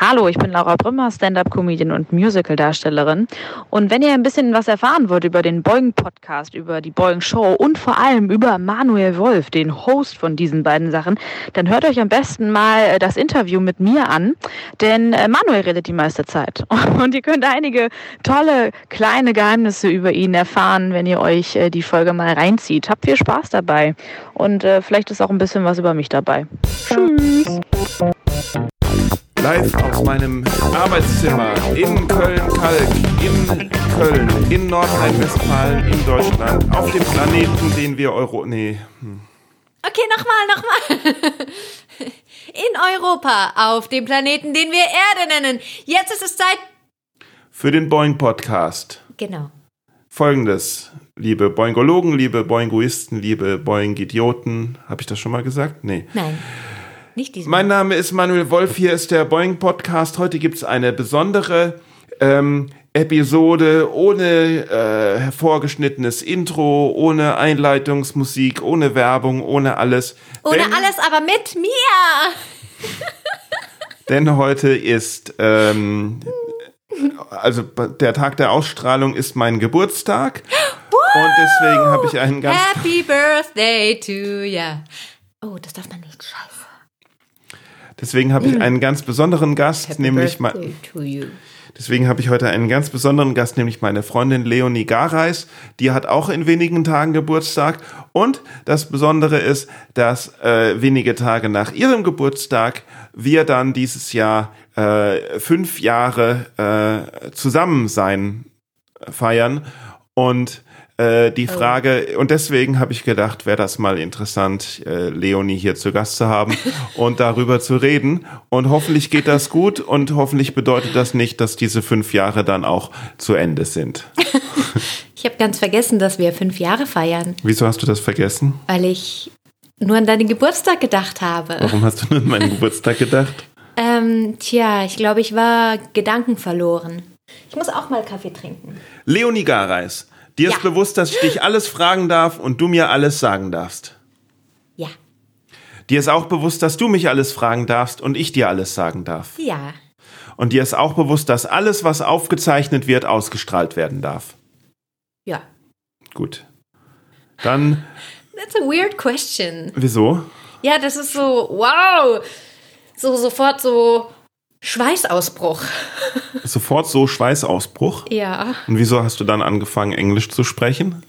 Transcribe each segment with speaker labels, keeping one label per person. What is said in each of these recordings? Speaker 1: Hallo, ich bin Laura Brümmer, Stand-up-Comedian und Musical-Darstellerin. Und wenn ihr ein bisschen was erfahren wollt über den Beugen-Podcast, über die Beugen-Show und vor allem über Manuel Wolf, den Host von diesen beiden Sachen, dann hört euch am besten mal äh, das Interview mit mir an, denn äh, Manuel redet die meiste Zeit. Und ihr könnt einige tolle kleine Geheimnisse über ihn erfahren, wenn ihr euch äh, die Folge mal reinzieht. Habt viel Spaß dabei und äh, vielleicht ist auch ein bisschen was über mich dabei. Tschüss!
Speaker 2: live aus meinem Arbeitszimmer in Köln-Kalk, in Köln, in Nordrhein-Westfalen, in Deutschland, auf dem Planeten, den wir Euro. Nee. Hm.
Speaker 3: Okay, nochmal, nochmal. In Europa, auf dem Planeten, den wir Erde nennen. Jetzt ist es Zeit.
Speaker 2: Für den Boeing-Podcast.
Speaker 3: Genau.
Speaker 2: Folgendes, liebe Boingologen, liebe Boingoisten, liebe Boing-Idioten. Habe ich das schon mal gesagt? Nee.
Speaker 3: Nein. Nicht diesen.
Speaker 2: Mein Name ist Manuel Wolf, hier ist der Boeing Podcast. Heute gibt es eine besondere ähm, Episode ohne äh, hervorgeschnittenes Intro, ohne Einleitungsmusik, ohne Werbung, ohne alles.
Speaker 3: Ohne
Speaker 2: Denn-
Speaker 3: alles, aber mit mir.
Speaker 2: Denn heute ist, ähm, also der Tag der Ausstrahlung ist mein Geburtstag. Und deswegen habe ich einen ganz
Speaker 3: Happy Birthday to ya. Oh, das darf man nicht. Scheiße.
Speaker 2: Deswegen habe ich einen ganz besonderen Gast, nämlich ma-
Speaker 3: Birthday to you.
Speaker 2: deswegen habe ich heute einen ganz besonderen Gast, nämlich meine Freundin Leonie Gareis. Die hat auch in wenigen Tagen Geburtstag. Und das Besondere ist, dass äh, wenige Tage nach ihrem Geburtstag wir dann dieses Jahr äh, fünf Jahre äh, zusammen sein feiern. Und äh, die Frage, und deswegen habe ich gedacht, wäre das mal interessant, äh, Leonie hier zu Gast zu haben und darüber zu reden. Und hoffentlich geht das gut und hoffentlich bedeutet das nicht, dass diese fünf Jahre dann auch zu Ende sind.
Speaker 3: Ich habe ganz vergessen, dass wir fünf Jahre feiern,
Speaker 2: Wieso hast du das vergessen?
Speaker 3: weil ich nur an deinen Geburtstag gedacht habe.
Speaker 2: Warum hast du nur an meinen Geburtstag gedacht?
Speaker 3: Ähm, tja, ich glaube, ich war Gedanken verloren. Ich muss auch mal Kaffee trinken.
Speaker 2: Leonie Gareis, dir ist
Speaker 3: Ja.
Speaker 2: bewusst, dass ich dich alles fragen darf und du mir alles sagen darfst.
Speaker 3: Ja.
Speaker 2: Dir ist auch bewusst, dass du mich alles fragen darfst und ich dir alles sagen darf.
Speaker 3: Ja.
Speaker 2: Und dir ist auch bewusst, dass alles, was aufgezeichnet wird, ausgestrahlt werden darf.
Speaker 3: Ja.
Speaker 2: Gut. Dann,
Speaker 3: That's a weird question.
Speaker 2: wieso?
Speaker 3: Ja, das ist so, wow. So sofort so Schweißausbruch.
Speaker 2: Sofort so Schweißausbruch.
Speaker 3: Ja.
Speaker 2: Und wieso hast du dann angefangen, Englisch zu sprechen?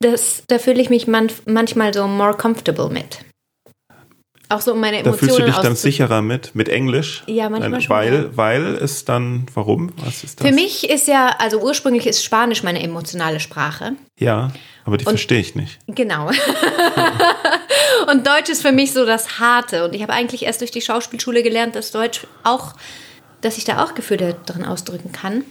Speaker 3: Das, da fühle ich mich manf- manchmal so more comfortable mit. Auch so um meine
Speaker 2: Da
Speaker 3: Emotionen
Speaker 2: fühlst du dich dann
Speaker 3: auszu-
Speaker 2: sicherer mit, mit Englisch?
Speaker 3: Ja, manchmal
Speaker 2: Nein,
Speaker 3: schon,
Speaker 2: Weil,
Speaker 3: ja.
Speaker 2: weil es dann, warum? Was ist das?
Speaker 3: Für mich ist ja, also ursprünglich ist Spanisch meine emotionale Sprache.
Speaker 2: Ja, aber die verstehe ich nicht.
Speaker 3: Genau. und Deutsch ist für mich so das Harte. Und ich habe eigentlich erst durch die Schauspielschule gelernt, dass Deutsch auch, dass ich da auch Gefühle drin ausdrücken kann.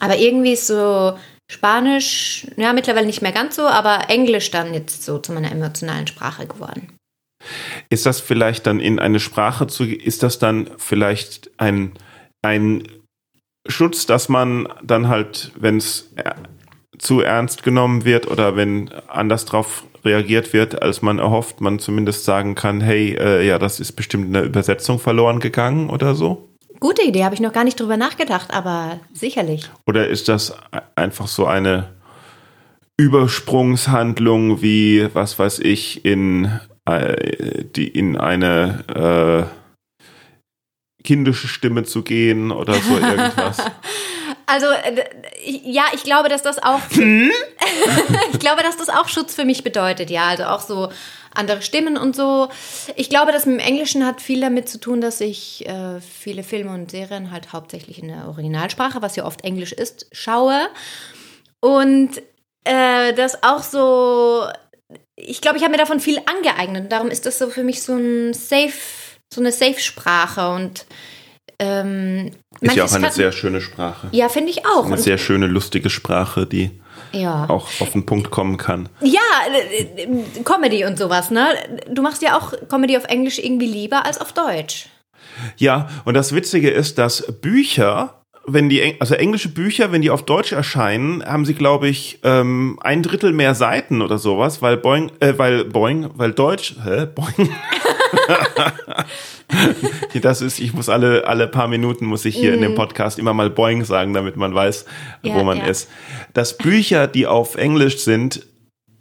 Speaker 3: Aber irgendwie ist so Spanisch, ja, mittlerweile nicht mehr ganz so, aber Englisch dann jetzt so zu meiner emotionalen Sprache geworden.
Speaker 2: Ist das vielleicht dann in eine Sprache zu, ist das dann vielleicht ein, ein Schutz, dass man dann halt, wenn es er- zu ernst genommen wird oder wenn anders drauf reagiert wird, als man erhofft, man zumindest sagen kann, hey, äh, ja, das ist bestimmt in der Übersetzung verloren gegangen oder so?
Speaker 3: Gute Idee, habe ich noch gar nicht drüber nachgedacht, aber sicherlich.
Speaker 2: Oder ist das e- einfach so eine Übersprungshandlung wie, was weiß ich, in, äh, die, in eine äh, kindische Stimme zu gehen oder so irgendwas?
Speaker 3: Also, äh, d- ich- ja, ich glaube, dass das auch.
Speaker 2: Hm?
Speaker 3: ich glaube, dass das auch Schutz für mich bedeutet, ja. Also auch so andere Stimmen und so. Ich glaube, das mit dem Englischen hat viel damit zu tun, dass ich äh, viele Filme und Serien halt hauptsächlich in der Originalsprache, was ja oft Englisch ist, schaue. Und äh, das auch so. Ich glaube, ich habe mir davon viel angeeignet. Und darum ist das so für mich so ein Safe, so eine Safe-Sprache und. Ähm,
Speaker 2: Ist ja auch
Speaker 3: manches
Speaker 2: eine
Speaker 3: fand-
Speaker 2: sehr schöne Sprache.
Speaker 3: ja, finde ich auch.
Speaker 2: Eine
Speaker 3: Und
Speaker 2: sehr schöne, lustige Sprache, die
Speaker 3: ja.
Speaker 2: auch auf den Punkt kommen kann.
Speaker 3: Ja, äh, äh, Comedy und sowas, ne? Du machst ja auch Comedy auf Englisch irgendwie lieber als auf Deutsch.
Speaker 2: Ja, und das Witzige ist, dass Bücher wenn die, Eng- also englische Bücher, wenn die auf Deutsch erscheinen, haben sie, glaube ich, ähm, ein Drittel mehr Seiten oder sowas, weil Boing, äh, weil Boing, weil Deutsch, hä, Boing. das ist, ich muss alle, alle paar Minuten muss ich hier in dem Podcast immer mal Boing sagen, damit man weiß,
Speaker 3: Mhm. Ja,
Speaker 2: wo man
Speaker 3: ja.
Speaker 2: ist. Dass Bücher, die auf Englisch sind,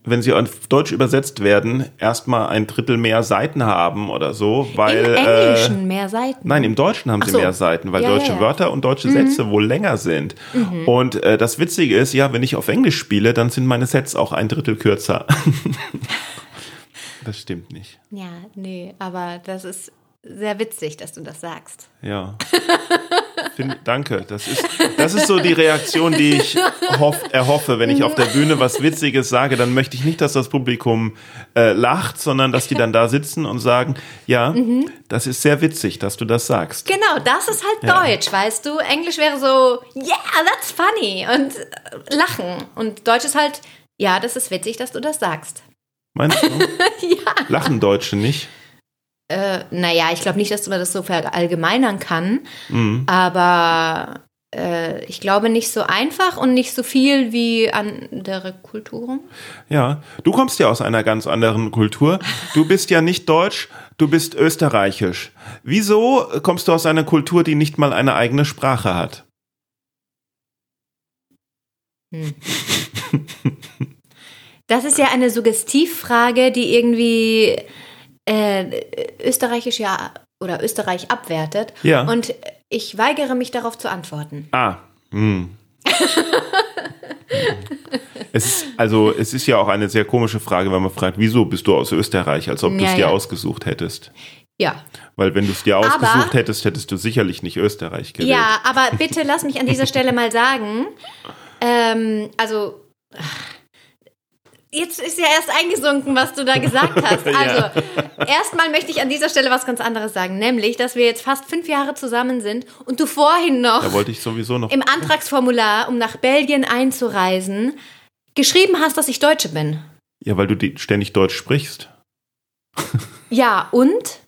Speaker 2: wenn sie auf Deutsch übersetzt werden, erstmal ein Drittel mehr Seiten haben oder so, weil.
Speaker 3: Im
Speaker 2: äh,
Speaker 3: Englischen mehr Seiten.
Speaker 2: Nein, im Deutschen haben sie
Speaker 3: so.
Speaker 2: mehr Seiten, weil
Speaker 3: Ja, ja,
Speaker 2: deutsche
Speaker 3: ja. Mhm.
Speaker 2: Wörter und deutsche Sätze wohl länger sind. Und äh, das Witzige ist, ja, wenn ich auf Englisch spiele, dann sind meine Sets auch ein Drittel kürzer. das stimmt nicht.
Speaker 3: Ja, nee, aber das ist sehr witzig, dass du das sagst.
Speaker 2: Ja. Find, danke. Das ist, das ist so die Reaktion, die ich hoff, erhoffe. Wenn ich auf der Bühne was Witziges sage, dann möchte ich nicht, dass das Publikum äh, lacht, sondern dass die dann da sitzen und sagen, ja,
Speaker 3: Mhm.
Speaker 2: das ist sehr witzig, dass du das sagst.
Speaker 3: Genau, das ist halt Deutsch, weißt du? Englisch wäre so, yeah, that's funny und äh, lachen. Und Deutsch ist halt, ja, das ist witzig, dass du das sagst.
Speaker 2: Meinst du? Lachen Deutsche nicht?
Speaker 3: Äh, naja, ich glaube nicht, dass man das so verallgemeinern kann,
Speaker 2: Mhm.
Speaker 3: aber äh, ich glaube nicht so einfach und nicht so viel wie andere Kulturen.
Speaker 2: Ja, du kommst ja aus einer ganz anderen Kultur. Du bist ja nicht deutsch, du bist österreichisch. Wieso kommst du aus einer Kultur, die nicht mal eine eigene Sprache hat?
Speaker 3: Das ist ja eine Suggestivfrage, die irgendwie äh, österreichisch ja oder Österreich abwertet.
Speaker 2: Ja.
Speaker 3: Und ich weigere mich darauf zu antworten.
Speaker 2: Ah. Hm. es ist, also es ist ja auch eine sehr komische Frage, wenn man fragt, wieso bist du aus Österreich, als ob du es
Speaker 3: Ja,
Speaker 2: dir
Speaker 3: ja.
Speaker 2: ausgesucht hättest.
Speaker 3: Ja.
Speaker 2: Weil wenn du es dir
Speaker 3: Aber-
Speaker 2: ausgesucht hättest, hättest du sicherlich nicht Österreich gewählt.
Speaker 3: Ja, aber bitte lass mich an dieser Stelle mal sagen, ähm, also jetzt ist ja erst eingesunken, was du da gesagt hast. Also erstmal möchte ich an dieser Stelle was ganz anderes sagen, nämlich, dass wir jetzt fast fünf Jahre zusammen sind und du vorhin noch
Speaker 2: Da wollte ich sowieso noch.
Speaker 3: im Antragsformular, um nach Belgien einzureisen, geschrieben hast, dass ich Deutsche bin.
Speaker 2: Ja, weil du die, ständig Deutsch sprichst.
Speaker 3: Ja, und?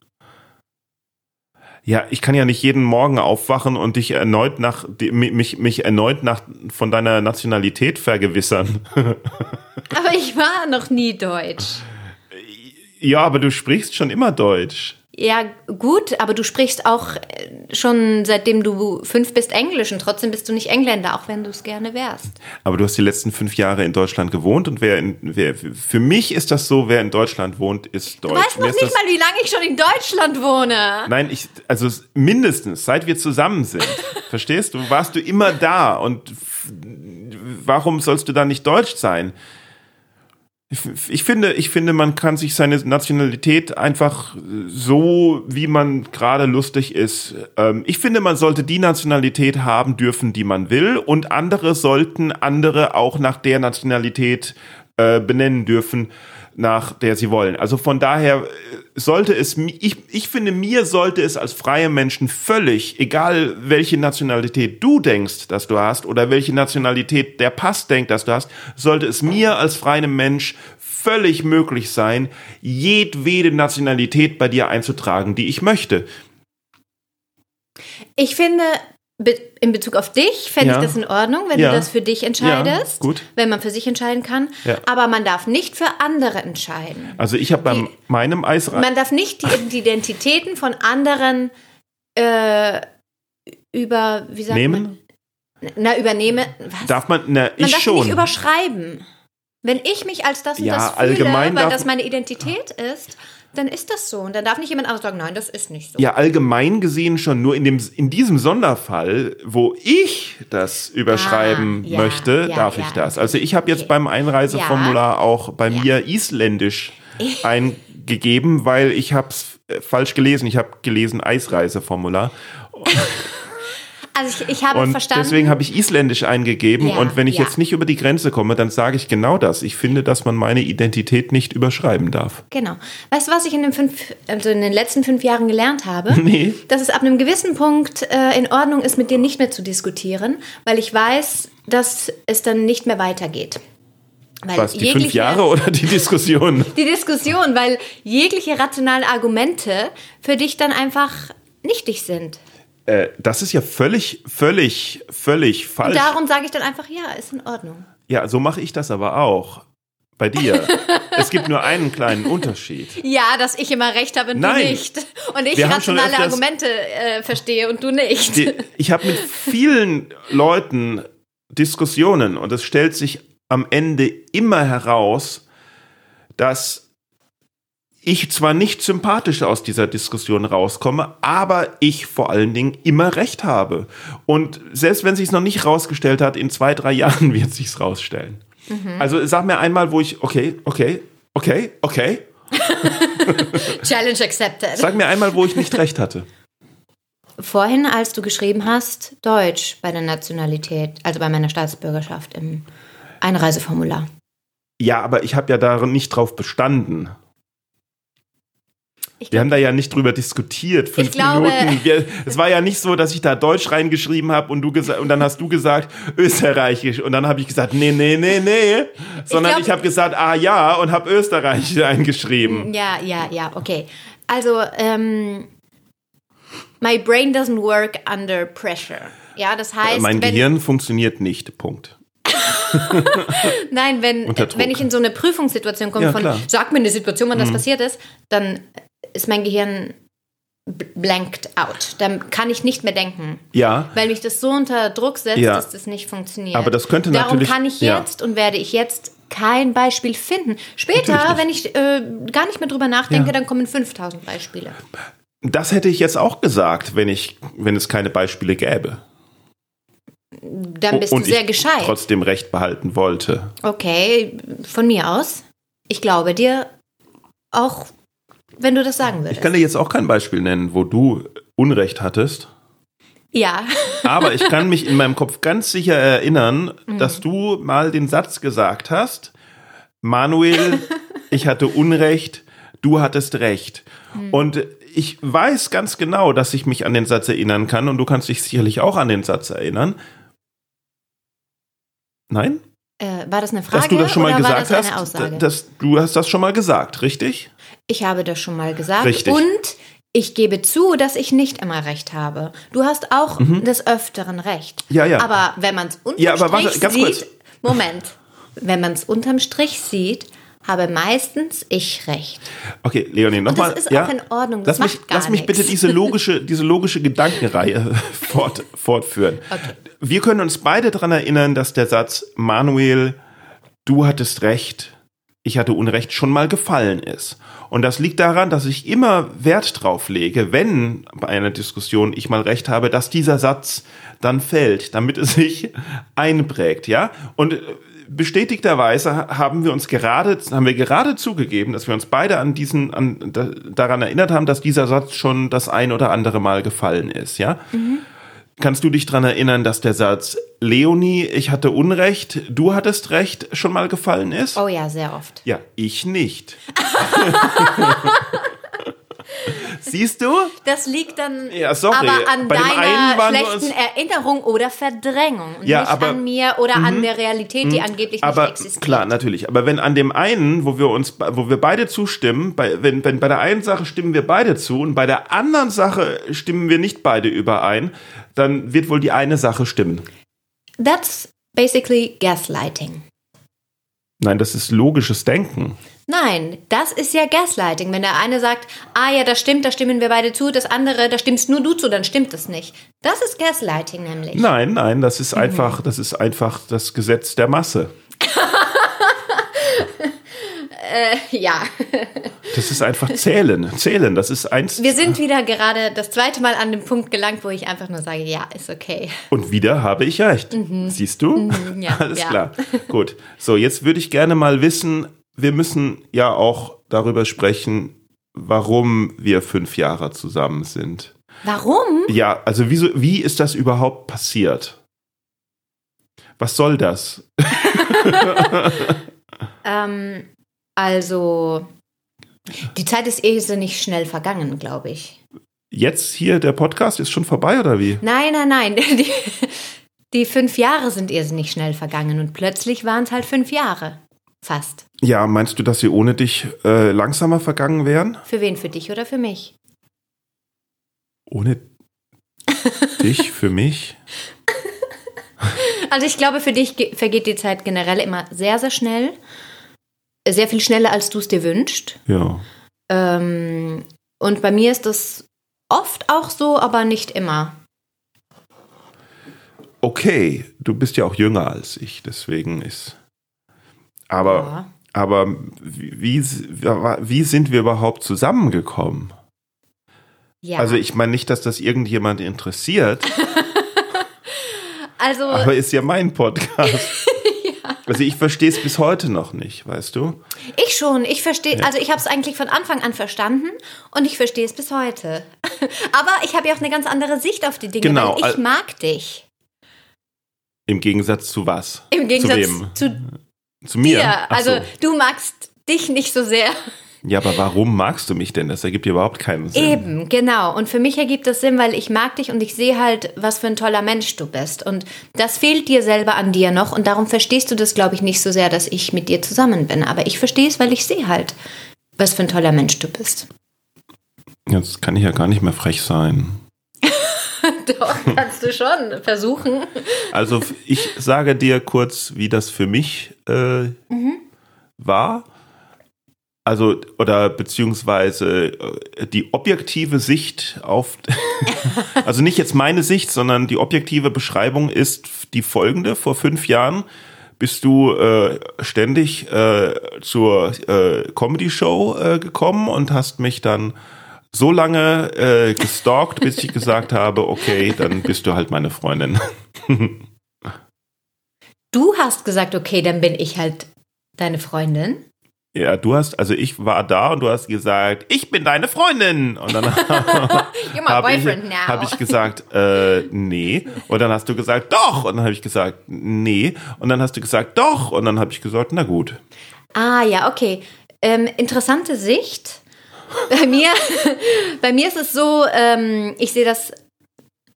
Speaker 2: Ja, ich kann ja nicht jeden Morgen aufwachen und dich erneut nach die- mi- mich, mich erneut nach von deiner Nationalität vergewissern.
Speaker 3: Aber ich war noch nie Deutsch.
Speaker 2: Ja, aber du sprichst schon immer Deutsch.
Speaker 3: Ja, gut, aber du sprichst auch äh, schon seitdem du fünf bist Englisch und trotzdem bist du nicht Engländer, auch wenn du es gerne wärst.
Speaker 2: Aber du hast die letzten fünf Jahre in Deutschland gewohnt und wer in wer für mich ist das so, wer in Deutschland wohnt, ist
Speaker 3: Du
Speaker 2: deutsch.
Speaker 3: weißt
Speaker 2: Mir
Speaker 3: noch
Speaker 2: ist
Speaker 3: nicht
Speaker 2: das,
Speaker 3: mal, wie lange ich schon in Deutschland wohne.
Speaker 2: nein, ich also es- mindestens seit wir zusammen sind, verstehst du? Warst du immer da und f- warum sollst du da nicht deutsch sein? Ich- Ich finde, ich finde, man kann sich seine Nationalität einfach so, wie man gerade lustig ist. Ähm, ich finde, man sollte die Nationalität haben dürfen, die man will, und andere sollten andere auch nach der Nationalität äh, benennen dürfen, nach der sie wollen. Also von daher äh, sollte es, mi- ich, ich finde, mir sollte es als freie Menschen völlig, egal welche Nationalität du denkst, dass du hast, oder welche Nationalität der Pass denkt, dass du hast, sollte es mir als freiem Mensch völlig möglich sein, jedwede Nationalität bei dir einzutragen, die ich möchte.
Speaker 3: Ich finde, be in Bezug auf dich fände
Speaker 2: Ja.
Speaker 3: ich das in Ordnung, wenn
Speaker 2: Ja.
Speaker 3: du das für dich entscheidest,
Speaker 2: gut.
Speaker 3: wenn man für sich entscheiden kann.
Speaker 2: Ja.
Speaker 3: Aber man darf nicht für andere entscheiden.
Speaker 2: Also ich habe bei meinem Eisreis
Speaker 3: Man darf nicht die, die Identitäten von anderen äh, über, wie sagt
Speaker 2: nehmen.
Speaker 3: man? Na, übernehme. Was?
Speaker 2: Darf man? Na,
Speaker 3: Man
Speaker 2: ich
Speaker 3: darf
Speaker 2: schon.
Speaker 3: nicht überschreiben. Wenn ich mich als das und
Speaker 2: Ja,
Speaker 3: das fühle,
Speaker 2: allgemein
Speaker 3: weil
Speaker 2: darf-
Speaker 3: das meine Identität ist, dann ist das so. Und dann darf nicht jemand anderes sagen, nein, das ist nicht so.
Speaker 2: Ja, allgemein gesehen schon. Nur in, dem, in diesem Sonderfall, wo ich das überschreiben
Speaker 3: Ah, ja,
Speaker 2: möchte,
Speaker 3: ja,
Speaker 2: darf
Speaker 3: ja.
Speaker 2: ich das. Also ich habe jetzt
Speaker 3: Okay.
Speaker 2: beim Einreiseformular auch bei mir isländisch eingegeben, weil ich habe es falsch gelesen. Ich habe gelesen Eisreiseformular.
Speaker 3: Also ich, ich habe
Speaker 2: Und
Speaker 3: verstanden.
Speaker 2: deswegen habe ich isländisch eingegeben.
Speaker 3: Ja,
Speaker 2: und wenn ich
Speaker 3: ja.
Speaker 2: jetzt nicht über die Grenze komme, dann sage ich genau das. Ich finde, dass man meine Identität nicht überschreiben darf.
Speaker 3: genau. Weißt du, was ich in den, fünf, also in den letzten fünf Jahren gelernt habe?
Speaker 2: Nee.
Speaker 3: Dass es ab einem gewissen Punkt äh, in Ordnung ist, mit dir nicht mehr zu diskutieren, weil ich weiß, dass es dann nicht mehr weitergeht. Weil
Speaker 2: Was, die fünf
Speaker 3: jegliche-
Speaker 2: Jahre oder die Diskussion?
Speaker 3: die Diskussion, weil jegliche rationalen Argumente für dich dann einfach nichtig sind.
Speaker 2: äh, das ist ja völlig, völlig, völlig falsch.
Speaker 3: Und darum sage ich dann einfach, ja, ist in Ordnung.
Speaker 2: ja, so mache ich das aber auch. Bei dir. es gibt nur einen kleinen Unterschied.
Speaker 3: Ja, dass ich immer recht habe und
Speaker 2: Nein.
Speaker 3: du nicht. Und ich
Speaker 2: Wir haben schon
Speaker 3: rationale
Speaker 2: öfters-
Speaker 3: Argumente äh, verstehe und du nicht.
Speaker 2: Die, ich habe mit vielen Leuten Diskussionen und es stellt sich am Ende immer heraus, dass ich zwar nicht sympathisch aus dieser Diskussion rauskomme, aber ich vor allen Dingen immer recht habe. Und selbst wenn sich es noch nicht rausgestellt hat, in zwei, drei Jahren wird sich's rausstellen. Also sag mir einmal, wo ich, okay, okay, okay, okay.
Speaker 3: Challenge accepted.
Speaker 2: Sag mir einmal, wo ich nicht recht hatte.
Speaker 3: Vorhin, als du geschrieben hast, Deutsch bei der Nationalität, also bei meiner Staatsbürgerschaft im Einreiseformular.
Speaker 2: Ja, aber ich habe ja darin nicht drauf bestanden.
Speaker 3: Ich
Speaker 2: Wir
Speaker 3: glaub,
Speaker 2: haben da ja nicht drüber diskutiert. Fünf
Speaker 3: glaube-
Speaker 2: Minuten. Wir, es war ja nicht so, dass ich da Deutsch reingeschrieben habe und du gesa- und dann hast du gesagt Österreichisch und dann habe ich gesagt nee nee nee nee, sondern
Speaker 3: glaub-
Speaker 2: ich, habe gesagt ah ja und habe Österreich eingeschrieben.
Speaker 3: ja, ja, ja, okay. Also, ähm, my brain doesn't work under pressure. Ja, das heißt,
Speaker 2: mein
Speaker 3: wenn,
Speaker 2: Gehirn funktioniert nicht. Punkt.
Speaker 3: nein, wenn,
Speaker 2: unter Druck.
Speaker 3: wenn ich in so eine Prüfungssituation komme
Speaker 2: Ja,
Speaker 3: von,
Speaker 2: klar. Mhm.
Speaker 3: sag mir eine Situation, wann das passiert ist, dann ist mein Gehirn bl- blanked out. Dann kann ich nicht mehr denken.
Speaker 2: Ja,
Speaker 3: Weil mich das so unter Druck setzt,
Speaker 2: Ja.
Speaker 3: dass das nicht funktioniert.
Speaker 2: Aber das könnte
Speaker 3: Darum
Speaker 2: natürlich-
Speaker 3: kann ich
Speaker 2: ja.
Speaker 3: jetzt und werde ich jetzt kein Beispiel finden. Später, wenn ich äh, gar nicht mehr drüber nachdenke,
Speaker 2: Ja.
Speaker 3: dann kommen 5000 Beispiele.
Speaker 2: das hätte ich jetzt auch gesagt, wenn ich wenn es keine Beispiele gäbe
Speaker 3: Dann bist
Speaker 2: und
Speaker 3: du sehr
Speaker 2: ich
Speaker 3: gescheit.
Speaker 2: trotzdem Recht behalten wollte.
Speaker 3: okay, von mir aus. Ich glaube dir, auch wenn du das sagen
Speaker 2: Ich
Speaker 3: würdest.
Speaker 2: kann dir jetzt auch kein Beispiel nennen, wo du Unrecht hattest.
Speaker 3: ja,
Speaker 2: Aber ich kann mich in meinem Kopf ganz sicher erinnern,
Speaker 3: Mhm.
Speaker 2: dass du mal den Satz gesagt hast, Manuel, ich hatte Unrecht, du hattest Recht.
Speaker 3: Mhm.
Speaker 2: Und ich weiß ganz genau, dass ich mich an den Satz erinnern kann und du kannst dich sicherlich auch an den Satz erinnern. Nein?
Speaker 3: äh, war das eine Frage
Speaker 2: Dass du das schon mal
Speaker 3: oder
Speaker 2: gesagt
Speaker 3: war das eine
Speaker 2: hast.
Speaker 3: Aussage?
Speaker 2: Dass du hast das schon mal gesagt, richtig?
Speaker 3: Ich habe das schon mal gesagt.
Speaker 2: Richtig.
Speaker 3: Und ich gebe zu, dass ich nicht immer recht habe. Du hast auch des Öfteren recht.
Speaker 2: Mhm. Ja, ja.
Speaker 3: Aber wenn man es unterm
Speaker 2: Ja, aber warte,
Speaker 3: Strich
Speaker 2: ganz
Speaker 3: sieht.
Speaker 2: kurz.
Speaker 3: Moment. Wenn man es unterm Strich sieht, habe meistens ich recht.
Speaker 2: Okay, Leonie, nochmal.
Speaker 3: das ist
Speaker 2: ja?
Speaker 3: auch in Ordnung, das
Speaker 2: lass mich,
Speaker 3: macht gar
Speaker 2: lass mich bitte
Speaker 3: nichts.
Speaker 2: diese logische, diese logische Gedankenreihe fort, fortführen. Wir können uns beide daran erinnern, dass der Satz Manuel, du hattest recht, ich hatte Unrecht schon mal gefallen ist. Und das liegt daran, dass ich immer Wert drauf lege, wenn bei einer Diskussion ich mal recht habe, dass dieser Satz dann fällt, damit es sich einprägt, ja? Und äh, bestätigterweise ha- haben wir uns gerade, haben wir gerade zugegeben, dass wir uns beide an diesen, an, da, daran erinnert haben, dass dieser Satz schon das ein oder andere Mal gefallen ist, ja? Kannst du dich daran erinnern, dass der Satz Leonie, ich hatte Unrecht, du hattest Recht schon mal gefallen ist?
Speaker 3: Oh ja, sehr oft.
Speaker 2: Ja, ich nicht. Siehst du?
Speaker 3: Das liegt dann
Speaker 2: Ja, sorry.
Speaker 3: aber an
Speaker 2: Bei dem einen
Speaker 3: deiner
Speaker 2: waren wir
Speaker 3: schlechten
Speaker 2: uns-
Speaker 3: Erinnerung oder Verdrängung. Und
Speaker 2: Ja,
Speaker 3: nicht
Speaker 2: aber- Mhm.
Speaker 3: an mir oder an der Realität, die angeblich nicht
Speaker 2: Aber
Speaker 3: existiert.
Speaker 2: klar, ne? natürlich. Aber wenn an dem einen, wo wir uns, wo wir beide zustimmen, bei, wenn, wenn bei der einen Sache stimmen wir beide zu und bei der anderen Sache stimmen wir nicht beide überein, dann wird wohl die eine Sache stimmen.
Speaker 3: That's basically gaslighting.
Speaker 2: Nein, das ist logisches Denken.
Speaker 3: Nein, das ist ja Gaslighting. Wenn der eine sagt, ah ja, das stimmt, da stimmen wir beide zu, das andere, da stimmst nur du zu, dann stimmt das nicht. Das ist Gaslighting nämlich.
Speaker 2: Nein, nein, das
Speaker 3: Mhm.
Speaker 2: ist einfach, das ist einfach das Gesetz der Masse.
Speaker 3: Ja,
Speaker 2: Das ist einfach Zählen. Zählen, das ist eins.
Speaker 3: wir sind wieder gerade das zweite Mal an den Punkt gelangt, wo ich einfach nur sage, ja, ist okay.
Speaker 2: Und wieder habe ich recht.
Speaker 3: Mhm.
Speaker 2: Siehst du?
Speaker 3: ja,
Speaker 2: Alles
Speaker 3: ja.
Speaker 2: klar. Gut. So, jetzt würde ich gerne mal wissen, wir müssen ja auch darüber sprechen, warum wir fünf Jahre zusammen sind.
Speaker 3: Warum?
Speaker 2: Ja, also wieso, wie ist das überhaupt passiert? Was soll das?
Speaker 3: Ähm, also, die Zeit ist irrsinnig schnell vergangen, glaube ich.
Speaker 2: Jetzt hier, der Podcast ist schon vorbei oder wie?
Speaker 3: Nein, nein, nein. Die, die fünf Jahre sind irrsinnig schnell vergangen und plötzlich waren es halt fünf Jahre. Fast.
Speaker 2: Ja, meinst du, dass sie ohne dich äh, langsamer vergangen wären?
Speaker 3: Für wen? Für dich oder für mich?
Speaker 2: Ohne. Dich für mich?
Speaker 3: Also ich glaube, für dich ge- vergeht die Zeit generell immer sehr, sehr schnell. Sehr viel schneller, als du es dir wünschst.
Speaker 2: Ja.
Speaker 3: Ähm, und bei mir ist das oft auch so, aber nicht immer.
Speaker 2: Okay, du bist ja auch jünger als ich, deswegen ist. Aber,
Speaker 3: Ja.
Speaker 2: aber wie, wie, wie sind wir überhaupt zusammengekommen?
Speaker 3: Ja.
Speaker 2: Also ich meine nicht, dass das irgendjemand interessiert,
Speaker 3: also
Speaker 2: aber ist ja mein Podcast. Also ich verstehe es bis heute noch nicht, weißt du?
Speaker 3: ich schon, ich verstehe,
Speaker 2: Ja.
Speaker 3: also ich habe es eigentlich von Anfang an verstanden und ich verstehe es bis heute. aber ich habe ja auch eine ganz andere Sicht auf die Dinge,
Speaker 2: Genau,
Speaker 3: weil ich
Speaker 2: al-
Speaker 3: mag dich.
Speaker 2: Im Gegensatz zu was?
Speaker 3: Im
Speaker 2: zu
Speaker 3: Gegensatz
Speaker 2: wem?
Speaker 3: zu
Speaker 2: Zu mir.
Speaker 3: dir.
Speaker 2: Ach so.
Speaker 3: Also du magst dich nicht so sehr.
Speaker 2: Ja, aber warum magst du mich denn? Das ergibt überhaupt keinen Sinn.
Speaker 3: Eben, genau. Und für mich ergibt das Sinn, weil ich mag dich und ich sehe halt, was für ein toller Mensch du bist. Und das fehlt dir selber an dir noch. Und darum verstehst du das, glaube ich, nicht so sehr, dass ich mit dir zusammen bin. Aber ich verstehe es, weil ich sehe halt, was für ein toller Mensch du bist.
Speaker 2: Jetzt kann ich ja gar nicht mehr frech sein.
Speaker 3: Doch, kannst du schon versuchen.
Speaker 2: Also f- ich sage dir kurz, wie das für mich äh, war. Also, oder beziehungsweise äh, die objektive Sicht auf, also nicht jetzt meine Sicht, sondern die objektive Beschreibung ist f- die folgende. Vor fünf Jahren bist du äh, ständig äh, zur äh, Comedy-Show äh, gekommen und hast mich dann so lange äh, gestalkt, bis ich gesagt habe, okay, dann bist du halt meine Freundin.
Speaker 3: Du hast gesagt, okay, dann bin ich halt deine Freundin.
Speaker 2: Ja, du hast, also ich war da und du hast gesagt, ich bin deine Freundin. Und dann
Speaker 3: You're my
Speaker 2: habe ich,
Speaker 3: boyfriend now.
Speaker 2: hab ich gesagt, äh, nee. Und dann hast du gesagt, doch. Und dann habe ich gesagt, nee. Und dann hast du gesagt, doch. Und dann habe ich gesagt, na gut.
Speaker 3: Ah ja, okay. Ähm, interessante Sicht. Bei mir, bei mir ist es so, ähm, ich sehe das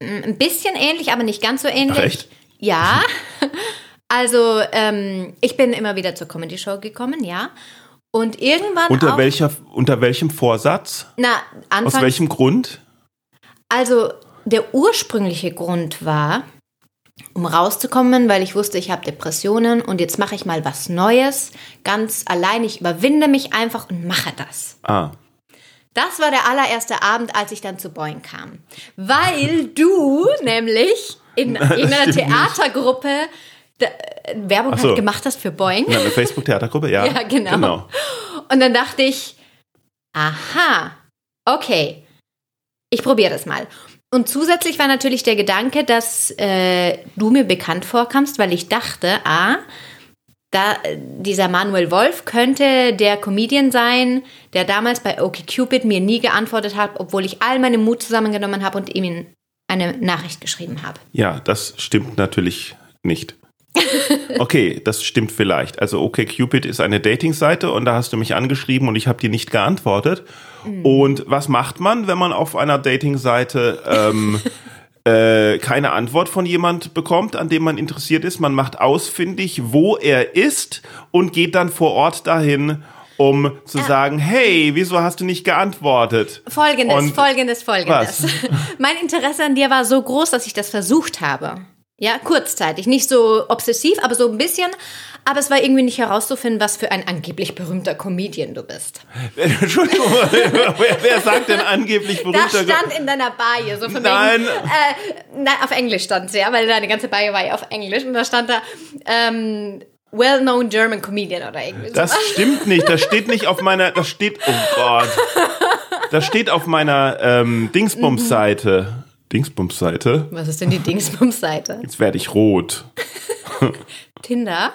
Speaker 3: mm, ein bisschen ähnlich, aber nicht ganz so ähnlich.
Speaker 2: Ach, echt?
Speaker 3: Ja. Also ähm, ich bin immer wieder zur Comedy Show gekommen, ja. Und irgendwann
Speaker 2: Unter,
Speaker 3: auch,
Speaker 2: welcher, unter welchem Vorsatz? Aus
Speaker 3: na Anfang,
Speaker 2: welchem Grund?
Speaker 3: also der ursprüngliche Grund war, um rauszukommen, weil ich wusste, ich habe Depressionen und jetzt mache ich mal was Neues, ganz allein. Ich überwinde mich einfach und mache das.
Speaker 2: Ah,
Speaker 3: Das war der allererste Abend, als ich dann zu Boing kam. Weil du nämlich in, in einer
Speaker 2: stimmt nicht.
Speaker 3: Theatergruppe da, äh, Werbung
Speaker 2: Ach so.
Speaker 3: halt gemacht hast für Boing.
Speaker 2: in einer Facebook-Theatergruppe? Ja,
Speaker 3: Ja, genau. Und dann dachte ich, aha, okay, ich probiere das mal. Und zusätzlich war natürlich der Gedanke, dass äh, du mir bekannt vorkamst, weil ich dachte, ah, da, dieser Manuel Wolf könnte der Comedian sein, der damals bei OkCupid mir nie geantwortet hat, obwohl ich all meinen Mut zusammengenommen habe und ihm eine Nachricht geschrieben habe.
Speaker 2: Ja, das stimmt natürlich nicht. Okay, das stimmt vielleicht. Also OkCupid ist eine Dating-Seite und da hast du mich angeschrieben und ich habe dir nicht geantwortet.
Speaker 3: Mhm.
Speaker 2: Und was macht man, wenn man auf einer Dating-Seite ähm, äh, keine Antwort von jemand bekommt, an dem man interessiert ist? Man macht ausfindig, wo er ist und geht dann vor Ort dahin, um
Speaker 3: Ah.
Speaker 2: zu sagen, hey, wieso hast du nicht geantwortet?
Speaker 3: Folgendes,
Speaker 2: Und-
Speaker 3: folgendes, folgendes.
Speaker 2: Was?
Speaker 3: Mein Interesse an dir war so groß, dass ich das versucht habe. Ja, kurzzeitig. Nicht so obsessiv, aber so ein bisschen. Aber es war irgendwie nicht herauszufinden, was für ein angeblich berühmter Comedian du bist.
Speaker 2: Entschuldigung, wer, wer sagt denn angeblich berühmter
Speaker 3: Das stand in deiner Baie, so von
Speaker 2: Nein.
Speaker 3: Wegen, äh, nein, auf Englisch stand ja, weil deine ganze Baie war ja auf Englisch. Und da stand da, ähm, well-known German Comedian oder irgendwie so.
Speaker 2: Das stimmt nicht. Das steht nicht auf meiner. Das steht. Oh Gott. Das steht auf meiner ähm, Dingsbums-Seite. Dingsbums-Seite?
Speaker 3: Was ist denn die Dingsbums-Seite?
Speaker 2: Jetzt werde ich rot.
Speaker 3: Tinder?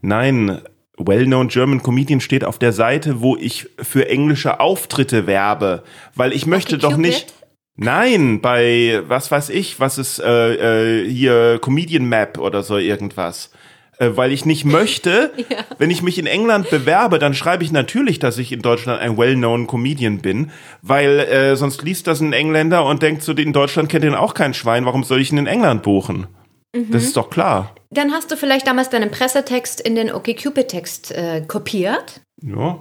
Speaker 2: Nein. Well-known German Comedian steht auf der Seite, wo ich für englische Auftritte werbe. Weil ich möchte doch
Speaker 3: OkCupid?
Speaker 2: nicht. Nein, bei was weiß ich, was ist äh, äh, hier Comedian Map oder so irgendwas. Äh, weil ich nicht möchte, wenn ich mich in England bewerbe, dann schreibe ich natürlich, dass ich in Deutschland ein well-known Comedian bin, weil äh, sonst liest das ein Engländer und denkt so, in Deutschland kennt den auch kein Schwein, warum soll ich ihn in England buchen?
Speaker 3: Mhm.
Speaker 2: Das ist doch klar.
Speaker 3: Dann hast du vielleicht damals deinen Pressetext in den OkCupid-Text äh, kopiert.
Speaker 2: Ja.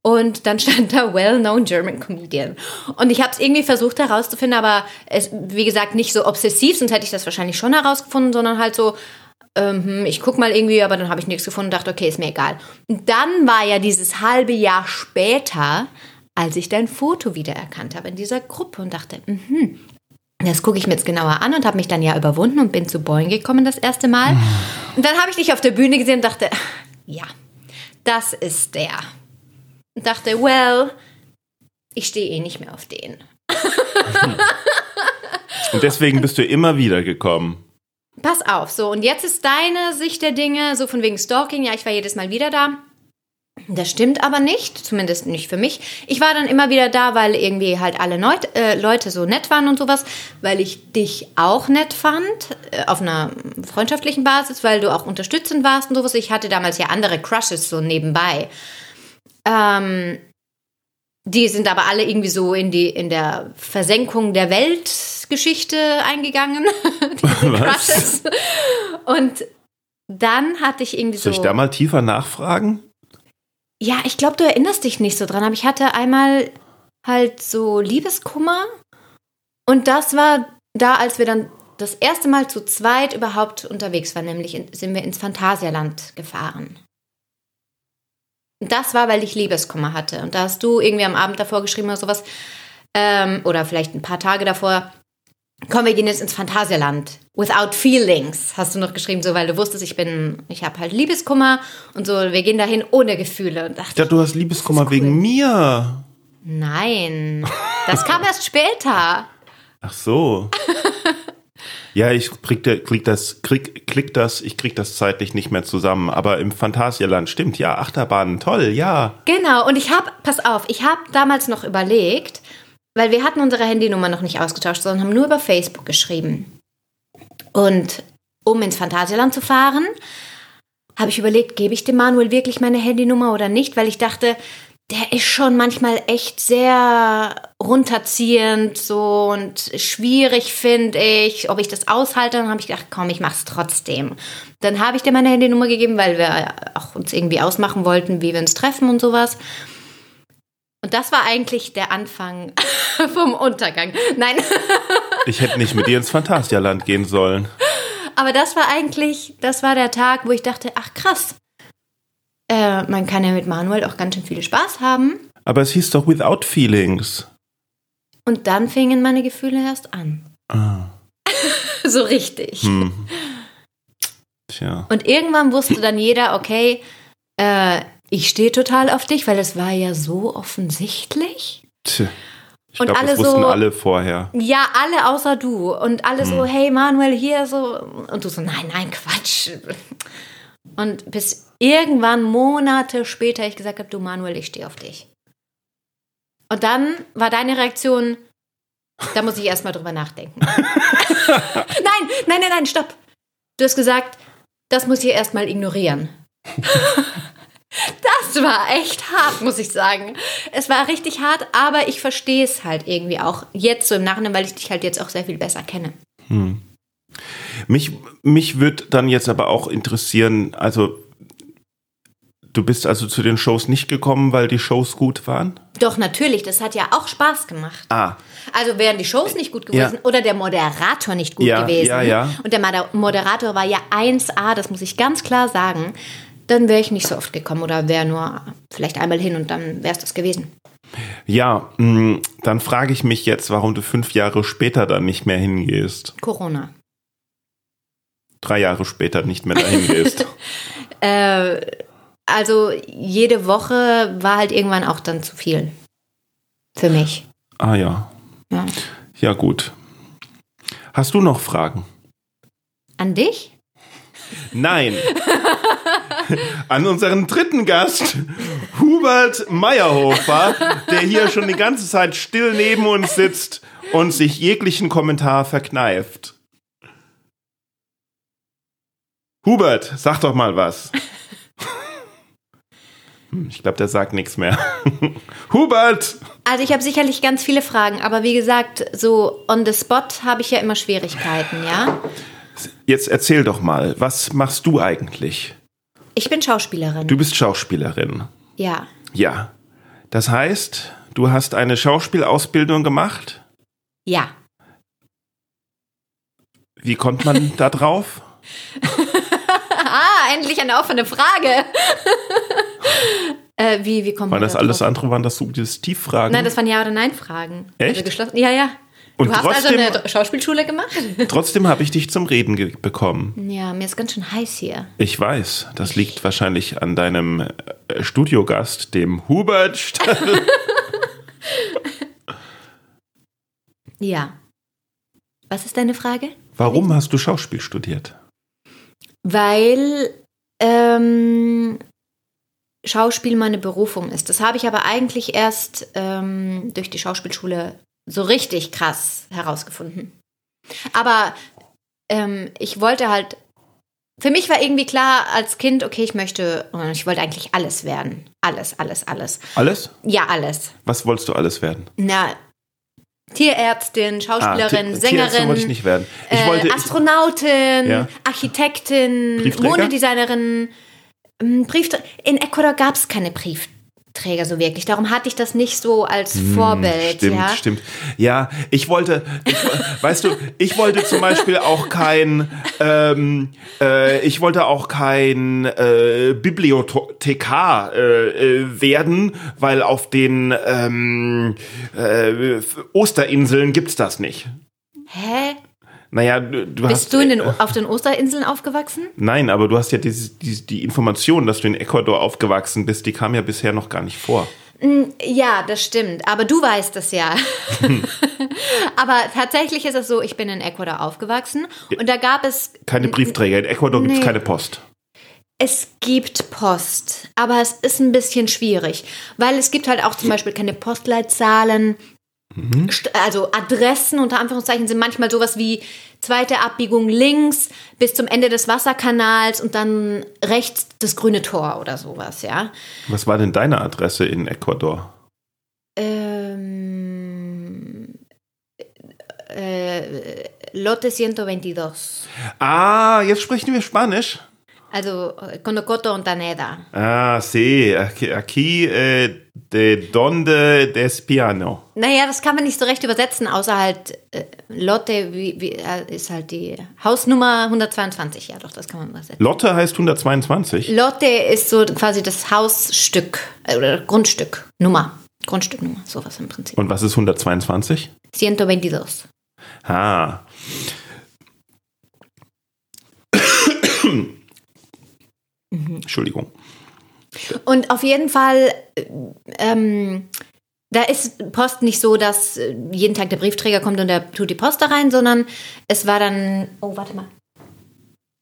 Speaker 3: Und dann stand da well-known German Comedian. Und ich habe es irgendwie versucht herauszufinden, aber es, wie gesagt, nicht so obsessiv, sonst hätte ich das wahrscheinlich schon herausgefunden, sondern halt so, ähm, ich guck mal irgendwie, aber dann habe ich nichts gefunden und dachte, okay, ist mir egal. Und dann war ja dieses halbe Jahr später, als ich dein Foto wiedererkannt habe in dieser Gruppe und dachte, mhm, das gucke ich mir jetzt genauer an und habe mich dann ja überwunden und bin zu Boeing gekommen das erste Mal. Und dann habe ich dich auf der Bühne gesehen und dachte, ja, das ist der. Und dachte, well, ich stehe eh nicht mehr auf den.
Speaker 2: Und deswegen bist du immer wieder gekommen.
Speaker 3: Pass auf, so und jetzt ist deine Sicht der Dinge, so von wegen Stalking, ja, ich war jedes Mal wieder da. Das stimmt aber nicht, zumindest nicht für mich. Ich war dann immer wieder da, weil irgendwie halt alle Neut äh, Leute so nett waren und sowas, weil ich dich auch nett fand, äh, auf einer freundschaftlichen Basis, weil du auch unterstützend warst und sowas. Ich hatte damals ja andere Crushes so nebenbei. Ähm, die sind aber alle irgendwie so in die in der Versenkung der Weltgeschichte eingegangen. Diese
Speaker 2: Was?
Speaker 3: Crushes. Und dann hatte ich irgendwie so.
Speaker 2: Soll ich da mal tiefer nachfragen?
Speaker 3: Ja, ich glaube, du erinnerst dich nicht so dran, aber ich hatte einmal halt so Liebeskummer und das war da, als wir dann das erste Mal zu zweit überhaupt unterwegs waren, nämlich in, sind wir ins Phantasialand gefahren. Und Das war, weil ich Liebeskummer hatte und da hast du irgendwie am Abend davor geschrieben oder sowas ähm, oder vielleicht ein paar Tage davor, komm, wir gehen jetzt ins Phantasialand. Without Feelings, hast du noch geschrieben, so weil du wusstest, ich bin, ich habe halt Liebeskummer und so, wir gehen dahin ohne Gefühle. Und
Speaker 2: Ja,
Speaker 3: dachte,
Speaker 2: du hast Liebeskummer
Speaker 3: cool.
Speaker 2: wegen mir.
Speaker 3: nein, das kam erst später.
Speaker 2: Ach so. ja, ich krieg, da- klick das, krieg, klick das, ich krieg das zeitlich nicht mehr zusammen. Aber im Phantasialand stimmt, ja, Achterbahnen, toll, ja.
Speaker 3: Genau, und ich habe, pass auf, ich habe damals noch überlegt, weil wir hatten unsere Handynummer noch nicht ausgetauscht, sondern haben nur über Facebook geschrieben. Und um ins Phantasialand zu fahren, habe ich überlegt, gebe ich dem Manuel wirklich meine Handynummer oder nicht, weil ich dachte, der ist schon manchmal echt sehr runterziehend so und schwierig finde ich, ob ich das aushalte. Dann habe ich gedacht, komm, ich mach's trotzdem. Dann habe ich dir meine Handynummer gegeben, weil wir auch uns irgendwie ausmachen wollten, wie wir uns treffen und sowas. Und das war eigentlich der Anfang vom Untergang. Nein,
Speaker 2: Ich hätte nicht mit dir ins Phantasialand gehen sollen.
Speaker 3: aber das war eigentlich, das war der Tag, wo ich dachte, ach krass, äh, man kann ja mit Manuel auch ganz schön viel Spaß haben.
Speaker 2: Aber es hieß doch Without Feelings.
Speaker 3: Und dann fingen meine Gefühle erst an.
Speaker 2: Ah,
Speaker 3: So richtig.
Speaker 2: hm. Tja.
Speaker 3: Und irgendwann wusste dann jeder, okay, äh, ich stehe total auf dich, weil es war ja so offensichtlich.
Speaker 2: Tja. Ich
Speaker 3: Und
Speaker 2: glaube, das
Speaker 3: alle
Speaker 2: wussten
Speaker 3: so-
Speaker 2: alle vorher.
Speaker 3: Ja, alle außer du. Und alle so, hey Manuel, hier so. Und du so, nein, nein, Quatsch. Und bis irgendwann Monate später ich gesagt habe, du Manuel, ich stehe auf dich. Und dann war deine Reaktion, da muss ich erstmal drüber nachdenken. nein, nein, nein, nein, stopp. Du hast gesagt, das muss ich erstmal ignorieren. Das war echt hart, muss ich sagen. Es war richtig hart, aber ich verstehe es halt irgendwie auch jetzt so im Nachhinein, weil ich dich halt jetzt auch sehr viel besser kenne.
Speaker 2: Hm. Mich, mich wird dann jetzt aber auch interessieren, also du bist also zu den Shows nicht gekommen, weil die Shows gut waren?
Speaker 3: Doch natürlich, das hat ja auch Spaß gemacht.
Speaker 2: Ah,
Speaker 3: Also wären die Shows nicht gut gewesen
Speaker 2: Ja.
Speaker 3: oder der Moderator nicht gut
Speaker 2: Ja,
Speaker 3: gewesen.
Speaker 2: ja, ja.
Speaker 3: Und der Moder- Moderator war ja 1A, das muss ich ganz klar sagen. Dann wäre ich nicht so oft gekommen oder wäre nur vielleicht einmal hin und dann wäre es das gewesen.
Speaker 2: ja, mh, dann frage ich mich jetzt, warum du fünf Jahre später dann nicht mehr hingehst.
Speaker 3: Corona.
Speaker 2: Drei Jahre später nicht mehr dahin gehst.
Speaker 3: Äh, also jede Woche war halt irgendwann auch dann zu viel. Für mich.
Speaker 2: ah ja,
Speaker 3: Ja.
Speaker 2: ja gut. Hast du noch Fragen?
Speaker 3: An dich?
Speaker 2: Nein. An unseren dritten Gast, Hubert Meierhofer, der hier schon die ganze Zeit still neben uns sitzt und sich jeglichen Kommentar verkneift. Hubert, sag doch mal was. Hm, Ich glaube, der sagt nichts mehr. Hubert!
Speaker 3: Also ich habe sicherlich ganz viele Fragen, aber wie gesagt, so on the spot habe ich ja immer Schwierigkeiten, ja?
Speaker 2: Jetzt erzähl doch mal, was machst du eigentlich?
Speaker 3: Ich bin Schauspielerin.
Speaker 2: Du bist Schauspielerin.
Speaker 3: ja.
Speaker 2: Ja. Das heißt, du hast eine Schauspielausbildung gemacht.
Speaker 3: Ja.
Speaker 2: Wie kommt man da drauf?
Speaker 3: Ah, endlich eine offene Frage. äh, wie, wie kommt
Speaker 2: Weil
Speaker 3: man
Speaker 2: das
Speaker 3: da
Speaker 2: alles
Speaker 3: drauf?
Speaker 2: andere waren das Suggestivfragen.
Speaker 3: Nein, das waren Ja- oder Nein-Fragen.
Speaker 2: Echt?
Speaker 3: Also geschlossen. Ja, ja.
Speaker 2: Und
Speaker 3: du hast
Speaker 2: trotzdem-
Speaker 3: also eine Schauspielschule gemacht?
Speaker 2: Trotzdem habe ich dich zum Reden ge- bekommen.
Speaker 3: Ja, mir ist ganz schön heiß hier.
Speaker 2: Ich weiß, das liegt wahrscheinlich an deinem äh, Studiogast, dem Hubert Stadl.
Speaker 3: Ja. Was ist deine Frage?
Speaker 2: Warum hast du Schauspiel studiert?
Speaker 3: Weil ähm, Schauspiel meine Berufung ist. Das habe ich aber eigentlich erst ähm, durch die Schauspielschule so richtig krass herausgefunden. Aber ähm, ich wollte halt, für mich war irgendwie klar als Kind, okay, ich möchte, äh, ich wollte eigentlich alles werden. Alles, alles, alles.
Speaker 2: Alles?
Speaker 3: Ja, alles.
Speaker 2: Was wolltest du alles werden?
Speaker 3: Na, Tierärztin, Schauspielerin,
Speaker 2: Ti- Ah, Tierärztin
Speaker 3: Sängerin.
Speaker 2: wollte ich nicht werden. Ich
Speaker 3: äh,
Speaker 2: wollte. Ich,
Speaker 3: Astronautin,
Speaker 2: Ja.
Speaker 3: Architektin,
Speaker 2: Briefträger?
Speaker 3: Modedesignerin, ähm, Briefträger. In Ecuador gab es keine Briefträger so wirklich. Darum hatte ich das nicht so als Vorbild.
Speaker 2: Hm, Stimmt,
Speaker 3: ja.
Speaker 2: stimmt. Ja, ich wollte, ich, wo- weißt du, ich wollte zum Beispiel auch kein, ähm, äh, ich wollte auch kein äh, Bibliothekar äh, äh, werden, weil auf den ähm, äh, Osterinseln gibt's das nicht.
Speaker 3: Hä?
Speaker 2: Naja, du, du hast.
Speaker 3: Bist du in den, auf den Osterinseln aufgewachsen?
Speaker 2: Nein, aber du hast ja diese, diese, die Information, dass du in Ecuador aufgewachsen bist, die kam ja bisher noch gar nicht vor.
Speaker 3: Hm, Ja, das stimmt. Aber du weißt das ja. Aber tatsächlich ist es so, ich bin in Ecuador aufgewachsen und da gab es
Speaker 2: Keine Briefträger. In Ecuador gibt's
Speaker 3: Nee.
Speaker 2: keine Post.
Speaker 3: Es gibt Post, aber es ist ein bisschen schwierig, weil es gibt halt auch zum Beispiel keine Postleitzahlen. St- Also Adressen unter Anführungszeichen sind manchmal sowas wie zweite Abbiegung links bis zum Ende des Wasserkanals und dann rechts das grüne Tor oder sowas, ja.
Speaker 2: Was war denn deine Adresse in Ecuador?
Speaker 3: Ähm, äh, Lote 122,
Speaker 2: Ah, jetzt sprechen wir Spanisch.
Speaker 3: also Conocoto und Taneda.
Speaker 2: Ah, sí, aquí, aquí eh, de donde des piano.
Speaker 3: Naja, das kann man nicht so recht übersetzen, außer halt äh, Lotte wie, wie, äh, ist halt die Hausnummer 122. Ja, doch, das kann man übersetzen.
Speaker 2: Lotte heißt 122.
Speaker 3: Lotte ist so quasi das Hausstück äh, oder Grundstück, Nummer. Grundstücknummer, sowas im Prinzip.
Speaker 2: Und was ist 122?
Speaker 3: 122.
Speaker 2: Ah. Entschuldigung.
Speaker 3: Und auf jeden Fall, äh, ähm, da ist Post nicht so, dass äh, jeden Tag der Briefträger kommt und der tut die Post da rein, sondern es war dann, oh, warte mal.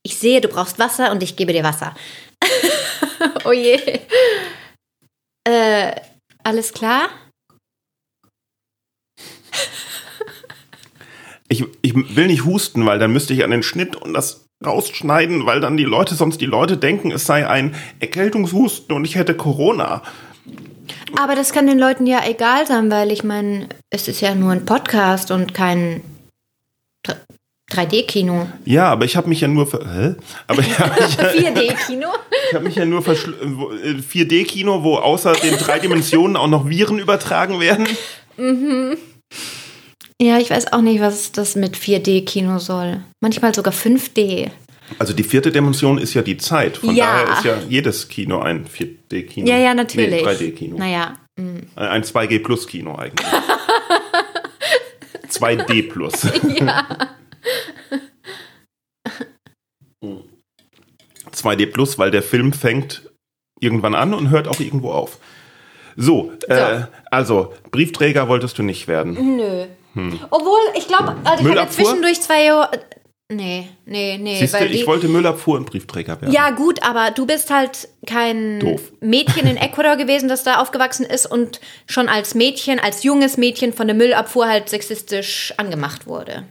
Speaker 3: Ich sehe, du brauchst Wasser und ich gebe dir Wasser. oh je. Äh, alles klar?
Speaker 2: Ich, ich will nicht husten, weil dann müsste ich an den Schnitt und das rausschneiden, weil dann die Leute, sonst die Leute denken, es sei ein Erkältungshusten und ich hätte Corona.
Speaker 3: Aber das kann den Leuten ja egal sein, weil ich meine, es ist ja nur ein Podcast und kein 3D-Kino.
Speaker 2: Ja, aber ich habe mich ja nur ver Hä? Aber ich habe mich,
Speaker 3: 4D-Kino?
Speaker 2: ich hab mich ja nur verschl äh, wo- äh, 4D-Kino, wo außer den drei Dimensionen auch noch Viren übertragen werden.
Speaker 3: Ja, ich weiß auch nicht, was das mit 4D-Kino soll. Manchmal sogar 5D.
Speaker 2: Also die vierte Dimension ist ja die Zeit. Von
Speaker 3: Ja.
Speaker 2: daher ist ja jedes Kino ein 4D-Kino.
Speaker 3: Ja, ja, natürlich.
Speaker 2: Nee, 3D-Kino.
Speaker 3: Naja. hm.
Speaker 2: Ein- Äh, Ein 2G-Plus-Kino eigentlich. 2D-Plus.
Speaker 3: Ja.
Speaker 2: 2D Plus, weil der Film fängt irgendwann an und hört auch irgendwo auf. So, äh, also Briefträger wolltest du nicht werden.
Speaker 3: Nö.
Speaker 2: Hm.
Speaker 3: Obwohl, ich glaube, also ich habe
Speaker 2: Müllabfuhr?
Speaker 3: zwischendurch zwei Jahre. Nee, nee, nee.
Speaker 2: Siehst du,
Speaker 3: Äh, weil die,
Speaker 2: ich wollte Müllabfuhr und Briefträger werden.
Speaker 3: ja, gut, aber du bist halt kein
Speaker 2: Doof.
Speaker 3: Mädchen in Ecuador gewesen, das da aufgewachsen ist und schon als Mädchen, als junges Mädchen von der Müllabfuhr halt sexistisch angemacht wurde.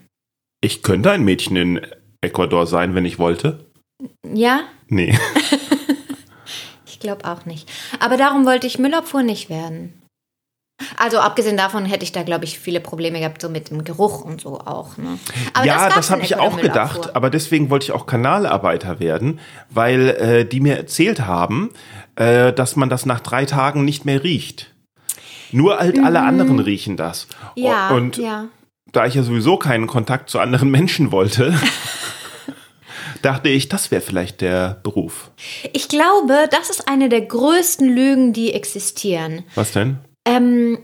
Speaker 2: Ich könnte ein Mädchen in Ecuador sein, wenn ich wollte.
Speaker 3: Ja?
Speaker 2: Nee.
Speaker 3: Ich glaube auch nicht. Aber darum wollte ich Müllabfuhr nicht werden. Also abgesehen davon hätte ich da, glaube ich, viele Probleme gehabt, so mit dem Geruch und so auch. Ne? Aber
Speaker 2: ja,
Speaker 3: gab's
Speaker 2: das habe
Speaker 3: in
Speaker 2: ich
Speaker 3: Ecuador,
Speaker 2: auch gedacht,
Speaker 3: Müllabfuhr.
Speaker 2: aber deswegen wollte ich auch Kanalarbeiter werden, weil äh, die mir erzählt haben, äh, dass man das nach drei Tagen nicht mehr riecht. Nur halt alle anderen riechen das.
Speaker 3: Mhm. Ja,
Speaker 2: O- Und
Speaker 3: ja.
Speaker 2: da ich ja sowieso keinen Kontakt zu anderen Menschen wollte, dachte ich, das wäre vielleicht der Beruf.
Speaker 3: Ich glaube, das ist eine der größten Lügen, die existieren.
Speaker 2: Was denn?
Speaker 3: Ähm,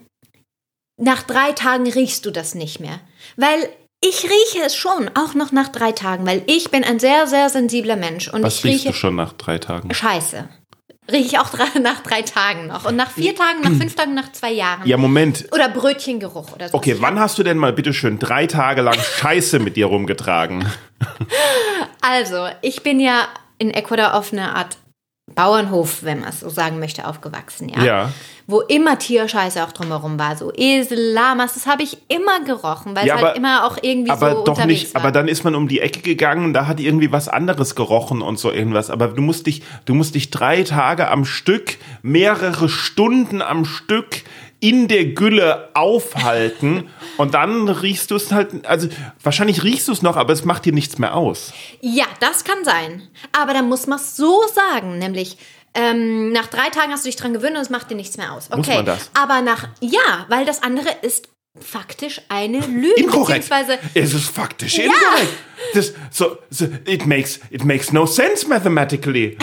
Speaker 3: nach drei Tagen riechst du das nicht mehr. Weil ich rieche es schon, auch noch nach drei Tagen, weil ich bin ein sehr, sehr sensibler Mensch. Und
Speaker 2: Was
Speaker 3: ich
Speaker 2: riechst
Speaker 3: rieche
Speaker 2: du schon nach drei Tagen?
Speaker 3: Scheiße. Rieche ich auch drei, nach drei Tagen noch. Und nach vier Tagen, nach fünf Tagen, nach zwei Jahren.
Speaker 2: Ja, Moment.
Speaker 3: Oder Brötchengeruch oder so.
Speaker 2: Okay, wann hast du denn mal bitte schön drei Tage lang Scheiße mit dir rumgetragen?
Speaker 3: Also, ich bin ja in Ecuador auf eine Art Bauernhof, wenn man es so sagen möchte, aufgewachsen, ja.
Speaker 2: Ja.
Speaker 3: Wo immer Tierscheiße auch drumherum war. So Esel, Lamas, das habe ich immer gerochen, weil
Speaker 2: Ja,
Speaker 3: es
Speaker 2: aber-
Speaker 3: halt immer auch irgendwie
Speaker 2: aber
Speaker 3: so
Speaker 2: doch
Speaker 3: unterwegs
Speaker 2: nicht,
Speaker 3: war.
Speaker 2: aber dann ist man um die Ecke gegangen, da hat irgendwie was anderes gerochen und so irgendwas. Aber du musst dich, du musst dich drei Tage am Stück, mehrere Stunden am Stück in der Gülle aufhalten und dann riechst du es halt, also wahrscheinlich riechst du es noch, aber es macht dir nichts mehr aus.
Speaker 3: Ja, das kann sein. Aber dann muss man es so sagen, nämlich ähm, nach drei Tagen hast du dich dran gewöhnt und es macht dir nichts mehr aus. Okay.
Speaker 2: Muss man das?
Speaker 3: Aber nach ja, weil das andere ist faktisch eine Lüge
Speaker 2: Inkorrekt.
Speaker 3: beziehungsweise
Speaker 2: Es ist faktisch inkorrekt. Das, so, so, it makes, it makes no sense mathematically.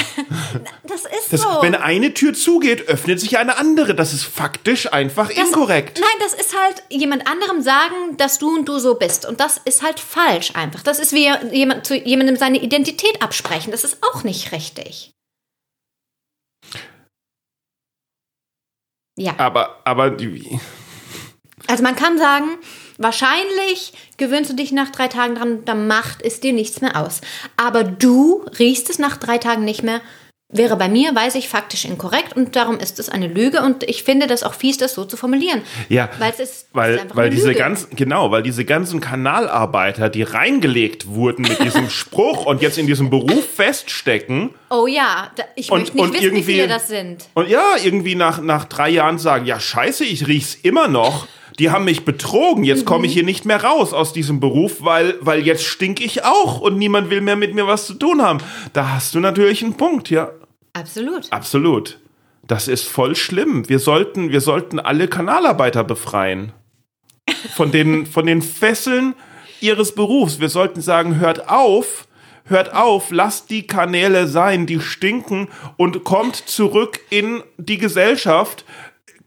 Speaker 3: das ist
Speaker 2: Das,
Speaker 3: so.
Speaker 2: Wenn eine Tür zugeht, öffnet sich eine andere. Das ist faktisch einfach
Speaker 3: Das-
Speaker 2: inkorrekt.
Speaker 3: Nein, das ist halt jemand anderem sagen, dass du und du so bist. Und das ist halt falsch einfach. Das ist wie jemand, zu jemandem seine Identität absprechen. Das ist auch nicht richtig.
Speaker 2: Ah,
Speaker 3: Ja.
Speaker 2: Aber, aber, die-
Speaker 3: Also man kann sagen, wahrscheinlich gewöhnst du dich nach drei Tagen dran, dann macht es dir nichts mehr aus. Aber du riechst es nach drei Tagen nicht mehr. Wäre bei mir, weiß ich, faktisch inkorrekt und darum ist es eine Lüge und ich finde das auch fies, das so zu formulieren.
Speaker 2: ja,
Speaker 3: Weil es ist, es
Speaker 2: weil,
Speaker 3: ist einfach
Speaker 2: weil
Speaker 3: eine
Speaker 2: diese
Speaker 3: Lüge.
Speaker 2: ganzen, genau, weil diese ganzen Kanalarbeiter, die reingelegt wurden mit diesem Spruch und jetzt in diesem Beruf feststecken
Speaker 3: Oh ja, da, ich
Speaker 2: und,
Speaker 3: möchte nicht
Speaker 2: und
Speaker 3: wissen, wie
Speaker 2: irgendwie,
Speaker 3: viele das sind.
Speaker 2: und ja, irgendwie nach, nach drei Jahren sagen, ja, scheiße, ich riech's immer noch. Die haben mich betrogen. Jetzt komme
Speaker 3: Mhm.
Speaker 2: ich hier nicht mehr raus aus diesem Beruf, weil, weil jetzt stink ich auch und niemand will mehr mit mir was zu tun haben. Da hast du natürlich einen Punkt, ja.
Speaker 3: Absolut.
Speaker 2: Ah. Absolut. Das ist voll schlimm. Wir sollten, wir sollten alle Kanalarbeiter befreien. Von den, von den Fesseln ihres Berufs. Wir sollten sagen, hört auf, hört auf, lasst die Kanäle sein, die stinken und kommt zurück in die Gesellschaft.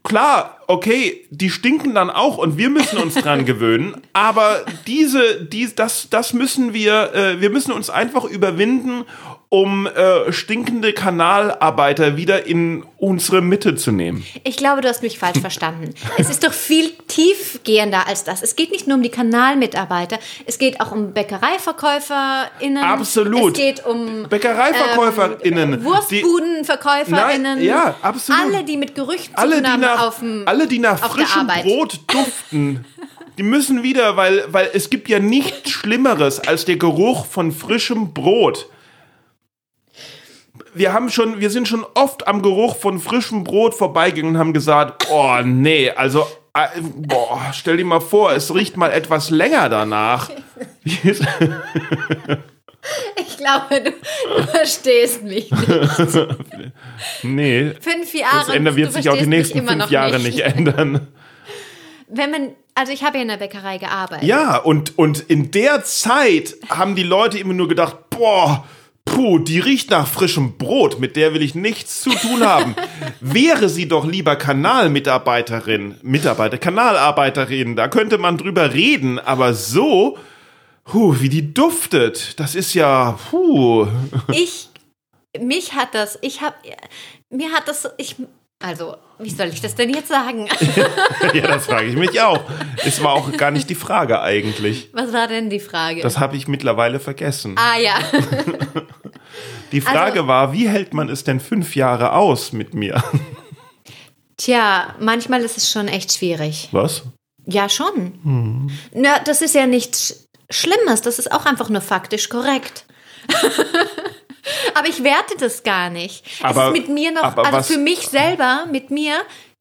Speaker 2: Klar, okay, die stinken dann auch und wir müssen uns dran gewöhnen, aber diese, dies, das, das müssen wir, äh, wir müssen uns einfach überwinden, um äh, stinkende Kanalarbeiter wieder in unsere Mitte zu nehmen.
Speaker 3: Ich glaube, du hast mich falsch verstanden. Es ist doch viel tiefgehender als das. Es geht nicht nur um die Kanalmitarbeiter, es geht auch um BäckereiverkäuferInnen.
Speaker 2: Absolut.
Speaker 3: Es geht um
Speaker 2: BäckereiverkäuferInnen,
Speaker 3: Ähm,
Speaker 2: Nein,
Speaker 3: WurstbudenverkäuferInnen.
Speaker 2: ja, absolut.
Speaker 3: Alle, die mit Gerüchten
Speaker 2: alle,
Speaker 3: zu tun
Speaker 2: die
Speaker 3: haben
Speaker 2: nach,
Speaker 3: auf dem
Speaker 2: alle, die nach
Speaker 3: auf der
Speaker 2: frischem
Speaker 3: Arbeit.
Speaker 2: Brot duften, die müssen wieder, weil, weil es gibt ja nichts Schlimmeres als der Geruch von frischem Brot. Wir haben schon, wir sind schon oft am Geruch von frischem Brot vorbeigegangen und haben gesagt, oh nee, also äh, boah, stell dir mal vor, es riecht mal etwas länger danach.
Speaker 3: Ich glaube, du, du verstehst mich. nicht.
Speaker 2: nee,
Speaker 3: Fünf Jahre.
Speaker 2: das Ende wird
Speaker 3: du
Speaker 2: sich auch die
Speaker 3: verstehst
Speaker 2: nächsten
Speaker 3: mich immer
Speaker 2: fünf
Speaker 3: noch
Speaker 2: Jahre nicht ändern.
Speaker 3: Wenn man, also ich habe ja in der Bäckerei gearbeitet.
Speaker 2: Ja, und, und in der Zeit haben die Leute immer nur gedacht, boah, puh, die riecht nach frischem Brot, mit der will ich nichts zu tun haben. Wäre sie doch lieber Kanalmitarbeiterin, Mitarbeiter, Kanalarbeiterin, da könnte man drüber reden, aber so, puh, wie die duftet, das ist ja, puh.
Speaker 3: ich, mich hat das, ich habe, mir hat das, ich, also, wie soll ich das denn jetzt sagen?
Speaker 2: Ja, das frage ich mich auch. Es war auch gar nicht die Frage eigentlich.
Speaker 3: Was war denn die Frage?
Speaker 2: Das habe ich mittlerweile vergessen.
Speaker 3: ah ja,
Speaker 2: Die Frage war, wie hält man es denn fünf Jahre aus mit mir?
Speaker 3: tja, manchmal ist es schon echt schwierig.
Speaker 2: Was?
Speaker 3: Ja, schon. Na, das ist ja nichts Sch- Schlimmes, das ist auch einfach nur faktisch korrekt. aber ich werte das gar nicht.
Speaker 2: Aber-
Speaker 3: es ist mit mir noch,
Speaker 2: aber
Speaker 3: also
Speaker 2: was-
Speaker 3: für mich selber, mit mir,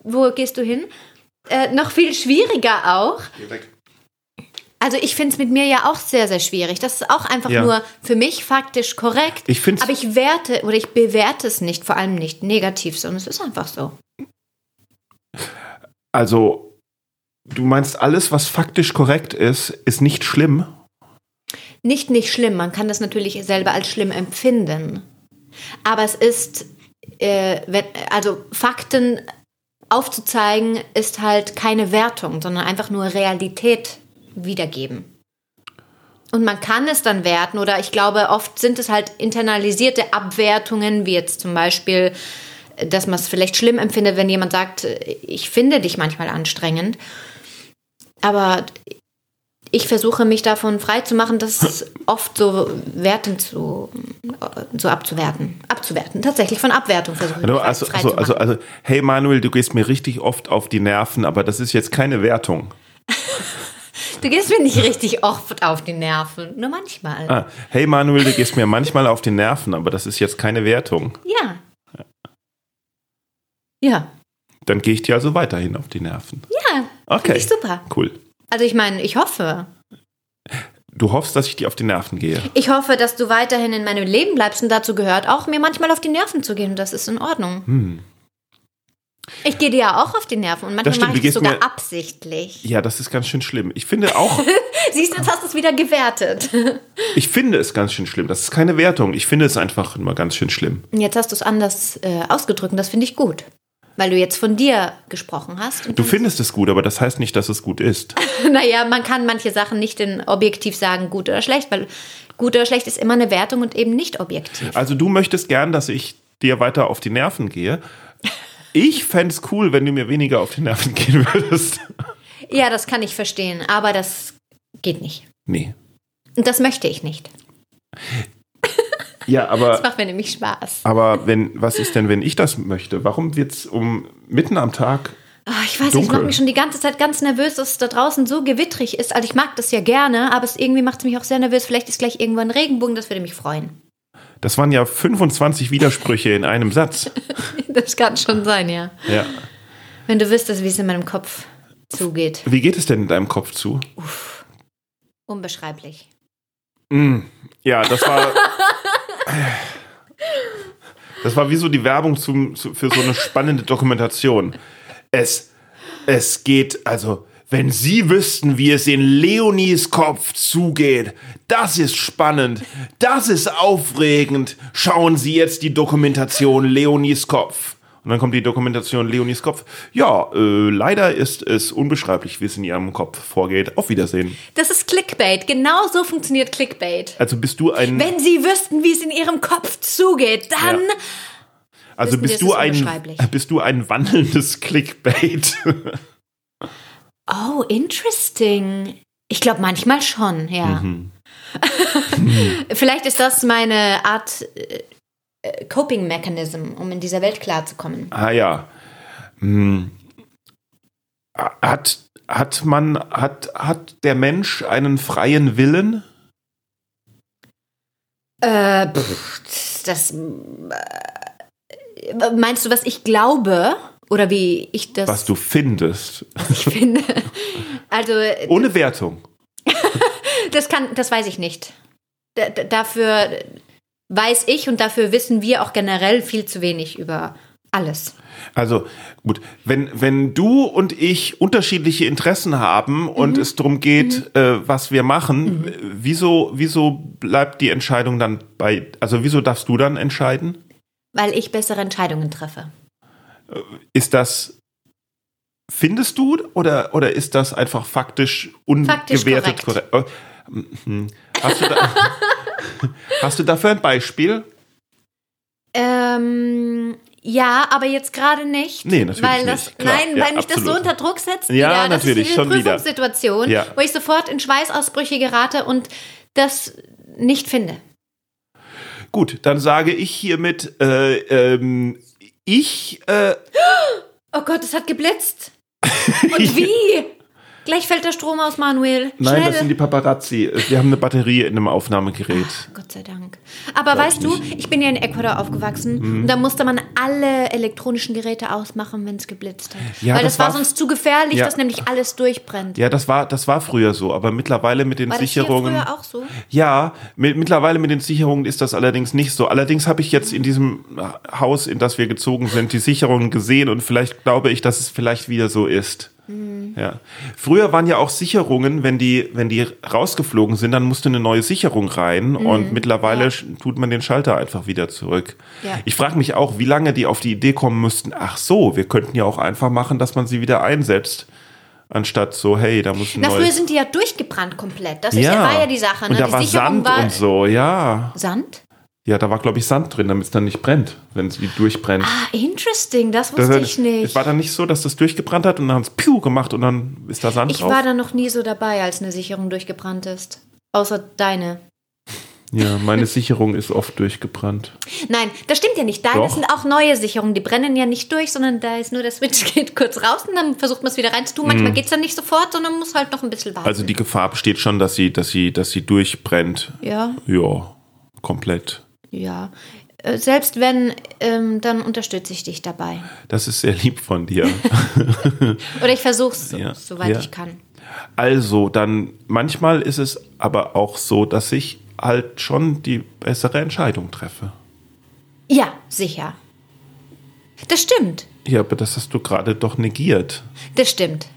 Speaker 3: wo gehst du hin? Äh, noch viel schwieriger auch, Also ich finde es mit mir ja auch sehr, sehr schwierig. Das ist auch einfach
Speaker 2: Ja.
Speaker 3: nur für mich faktisch korrekt.
Speaker 2: Ich find's-
Speaker 3: aber ich werte oder ich bewerte es nicht, vor allem nicht negativ, sondern es ist einfach so.
Speaker 2: Also, du meinst, alles, was faktisch korrekt ist, ist nicht schlimm?
Speaker 3: Nicht nicht schlimm, man kann das natürlich selber als schlimm empfinden. Aber es ist, äh, wenn, also Fakten aufzuzeigen, ist halt keine Wertung, sondern einfach nur Realität wiedergeben. Und man kann es dann werten oder ich glaube, oft sind es halt internalisierte Abwertungen, wie jetzt zum Beispiel, dass man es vielleicht schlimm empfindet, wenn jemand sagt, ich finde dich manchmal anstrengend. Aber ich versuche mich davon frei zu machen, das oft so werten zu, äh, so abzuwerten. Abzuwerten, tatsächlich von Abwertung versuche ich mich
Speaker 2: also,
Speaker 3: frei
Speaker 2: also,
Speaker 3: zu machen.
Speaker 2: also, also, hey Manuel, du gehst mir richtig oft auf die Nerven, aber das ist jetzt keine Wertung.
Speaker 3: Du gehst mir nicht richtig oft auf die Nerven, nur manchmal.
Speaker 2: Ah, hey Manuel, du gehst mir manchmal auf die Nerven, aber das ist jetzt keine Wertung.
Speaker 3: Ja. Ja.
Speaker 2: Dann gehe ich dir also weiterhin auf die Nerven.
Speaker 3: Ja.
Speaker 2: Okay.
Speaker 3: Finde ich super.
Speaker 2: Cool.
Speaker 3: Also ich meine, ich hoffe.
Speaker 2: Du hoffst, dass ich dir auf die Nerven gehe.
Speaker 3: Ich hoffe, dass du weiterhin in meinem Leben bleibst und dazu gehört auch mir manchmal auf die Nerven zu gehen. Das ist in Ordnung. Ich gehe dir ja auch auf die Nerven und
Speaker 2: Hm. Das stimmt,
Speaker 3: manchmal mache ich
Speaker 2: du gehst
Speaker 3: es sogar
Speaker 2: mir-
Speaker 3: absichtlich.
Speaker 2: Ja, das ist ganz schön schlimm. Ich finde auch,
Speaker 3: Siehst du, jetzt hast du es wieder gewertet.
Speaker 2: ich finde es ganz schön schlimm. Das ist keine Wertung. Ich finde es einfach immer ganz schön schlimm.
Speaker 3: Und Jetzt hast du es anders äh, ausgedrückt und das finde ich gut. Weil du jetzt von dir gesprochen hast. Und
Speaker 2: Du findest es gut, aber das heißt nicht, dass es gut ist.
Speaker 3: Naja, man kann manche Sachen nicht in objektiv sagen, gut oder schlecht, weil gut oder schlecht ist immer eine Wertung und eben nicht objektiv.
Speaker 2: Also du möchtest gern, dass ich dir weiter auf die Nerven gehe. Ich fände es cool, wenn du mir weniger auf die Nerven gehen würdest.
Speaker 3: Ja, das kann ich verstehen, aber das geht nicht.
Speaker 2: Nee.
Speaker 3: Und das möchte ich nicht.
Speaker 2: Ja,
Speaker 3: Das
Speaker 2: aber,
Speaker 3: macht mir nämlich Spaß.
Speaker 2: aber wenn, was ist denn, wenn ich das möchte? Warum wird es um mitten am Tag?
Speaker 3: Oh, ich weiß, ich
Speaker 2: Dunkel.
Speaker 3: mache mich schon die ganze Zeit ganz nervös, dass es da draußen so gewittrig ist. Also ich mag das ja gerne, aber es irgendwie macht es mich auch sehr nervös. Vielleicht ist gleich irgendwo ein Regenbogen, das würde mich freuen.
Speaker 2: Das waren ja 25 Widersprüche in einem Satz.
Speaker 3: Das kann schon sein, ja.
Speaker 2: Ja.
Speaker 3: Wenn du wüsstest, wie es in meinem Kopf zugeht.
Speaker 2: Wie geht es denn in deinem Kopf zu?
Speaker 3: Unbeschreiblich.
Speaker 2: Ja, das war. das war wie so die Werbung zum, zu, für so eine spannende Dokumentation. Es, es geht, also, wenn Sie wüssten, wie es in Leonies Kopf zugeht, das ist spannend, das ist aufregend. Schauen Sie jetzt die Dokumentation Leonies Kopf. Und dann kommt die Dokumentation Leonies Kopf. Ja, äh, leider ist es unbeschreiblich, wie es in Ihrem Kopf vorgeht. Auf Wiedersehen.
Speaker 3: Das ist Clickbait. Genau so funktioniert Clickbait.
Speaker 2: Also bist du ein.
Speaker 3: Wenn sie wüssten, wie es in ihrem Kopf zugeht, dann.
Speaker 2: Ja. Also
Speaker 3: Wissen wir,
Speaker 2: bist
Speaker 3: es
Speaker 2: du,
Speaker 3: ist
Speaker 2: ein,
Speaker 3: unbeschreiblich.
Speaker 2: bist du ein wandelndes Clickbait?
Speaker 3: Oh, interesting. Ich glaube, manchmal schon, ja.
Speaker 2: Mhm.
Speaker 3: Vielleicht ist das meine Art äh, äh, Coping Mechanism, um in dieser Welt klarzukommen.
Speaker 2: ah ja. Hm. Hat, hat man, hat, hat der Mensch einen freien Willen?
Speaker 3: Äh, pff, das. Äh, meinst du, was ich glaube? Oder wie ich das
Speaker 2: Was du findest.
Speaker 3: ich finde? Also, äh,
Speaker 2: Ohne Wertung.
Speaker 3: Das kann, das weiß ich nicht. D d- dafür weiß ich und dafür wissen wir auch generell viel zu wenig über alles.
Speaker 2: Also gut, wenn, wenn du und ich unterschiedliche Interessen haben und
Speaker 3: Mhm.
Speaker 2: es darum geht, äh, was wir machen, wieso, wieso bleibt die Entscheidung dann bei, also wieso darfst du dann entscheiden?
Speaker 3: Weil ich bessere Entscheidungen treffe.
Speaker 2: Ist das, findest du, oder, oder ist das einfach faktisch
Speaker 3: Faktisch
Speaker 2: ungewertet
Speaker 3: korrekt.
Speaker 2: korrekt? Oh, hm, hm. Hast, du da, hast du dafür ein Beispiel?
Speaker 3: Ähm, ja, aber jetzt gerade nicht.
Speaker 2: Nee, natürlich
Speaker 3: weil das,
Speaker 2: nicht. Klar,
Speaker 3: Nein,
Speaker 2: ja,
Speaker 3: weil mich das so
Speaker 2: absolut.
Speaker 3: unter Druck setzt.
Speaker 2: Ja,
Speaker 3: wieder. Das
Speaker 2: natürlich,
Speaker 3: ist
Speaker 2: schon
Speaker 3: eine
Speaker 2: wieder.
Speaker 3: Prüfungssituation,
Speaker 2: Ja.
Speaker 3: wo ich sofort in Schweißausbrüche gerate und das nicht finde.
Speaker 2: Gut, dann sage ich hiermit, äh, ähm, ich, äh,
Speaker 3: Oh Gott, es hat geblitzt. Und wie? Gleich fällt der Strom aus, Manuel.
Speaker 2: Nein,
Speaker 3: Schnell.
Speaker 2: das sind die Paparazzi. Wir haben eine Batterie in einem Aufnahmegerät.
Speaker 3: Gott sei Dank. Aber weißt du, ich bin ja in Ecuador aufgewachsen
Speaker 2: Mhm.
Speaker 3: und da musste man alle elektronischen Geräte ausmachen, wenn es geblitzt hat.
Speaker 2: Ja,
Speaker 3: Weil
Speaker 2: das
Speaker 3: das, war,
Speaker 2: war-
Speaker 3: sonst zu gefährlich,
Speaker 2: Ja.
Speaker 3: dass nämlich alles durchbrennt.
Speaker 2: Ja, das war, das war früher so, aber mittlerweile mit den
Speaker 3: war das hier
Speaker 2: Sicherungen.
Speaker 3: früher auch so?
Speaker 2: Ja, mit, mittlerweile mit den Sicherungen ist das allerdings nicht so. Allerdings habe ich jetzt in diesem äh, Haus, in das wir gezogen sind, die Sicherungen gesehen und vielleicht glaube ich, dass es vielleicht wieder so ist.
Speaker 3: Mhm.
Speaker 2: Ja. Früher waren ja auch Sicherungen, wenn die, wenn die rausgeflogen sind, dann musste eine neue Sicherung rein
Speaker 3: Mhm.
Speaker 2: und mittlerweile sch- tut man den Schalter einfach wieder zurück.
Speaker 3: Ja.
Speaker 2: Ich frage mich auch, wie lange die auf die Idee kommen müssten, ach so, wir könnten ja auch einfach machen, dass man sie wieder einsetzt, anstatt so, hey, da muss ein
Speaker 3: Na, früher
Speaker 2: neues...
Speaker 3: sind die ja durchgebrannt komplett. Das ist ja. war ja die Sache. Ne?
Speaker 2: Und da
Speaker 3: die
Speaker 2: war
Speaker 3: Sicherung
Speaker 2: Sand
Speaker 3: war
Speaker 2: und so, ja.
Speaker 3: Sand?
Speaker 2: Ja, da war, glaube ich, Sand drin, damit es dann nicht brennt, wenn es wie durchbrennt.
Speaker 3: Ah, interesting, das
Speaker 2: Das
Speaker 3: wusste
Speaker 2: hat-
Speaker 3: ich nicht.
Speaker 2: War dann nicht so, dass das durchgebrannt hat und dann haben es Piu gemacht und dann ist da Sand
Speaker 3: Ich
Speaker 2: drauf?
Speaker 3: war da noch nie so dabei, als eine Sicherung durchgebrannt ist. Außer deine.
Speaker 2: ja, meine Sicherung ist oft durchgebrannt.
Speaker 3: Nein, das stimmt ja nicht. Deine
Speaker 2: Doch.
Speaker 3: sind auch neue Sicherungen. Die brennen ja nicht durch, sondern da ist nur der Switch geht kurz raus und dann versucht man es wieder reinzutun. Manchmal geht es dann nicht sofort, sondern muss halt noch ein bisschen warten.
Speaker 2: Mhm. Also die Gefahr besteht schon, dass sie, dass sie, dass sie durchbrennt.
Speaker 3: ja,
Speaker 2: Ja, komplett.
Speaker 3: ja. Äh, Selbst wenn, ähm, dann unterstütze ich dich dabei.
Speaker 2: Das ist sehr lieb von dir.
Speaker 3: Oder ich versuche es, so,
Speaker 2: Ja.
Speaker 3: soweit
Speaker 2: Ja.
Speaker 3: ich kann.
Speaker 2: Also, dann manchmal ist es aber auch so, dass ich halt schon die bessere Entscheidung treffe.
Speaker 3: Ja, sicher. Das stimmt.
Speaker 2: Ja, aber das hast du gerade doch negiert.
Speaker 3: Das stimmt.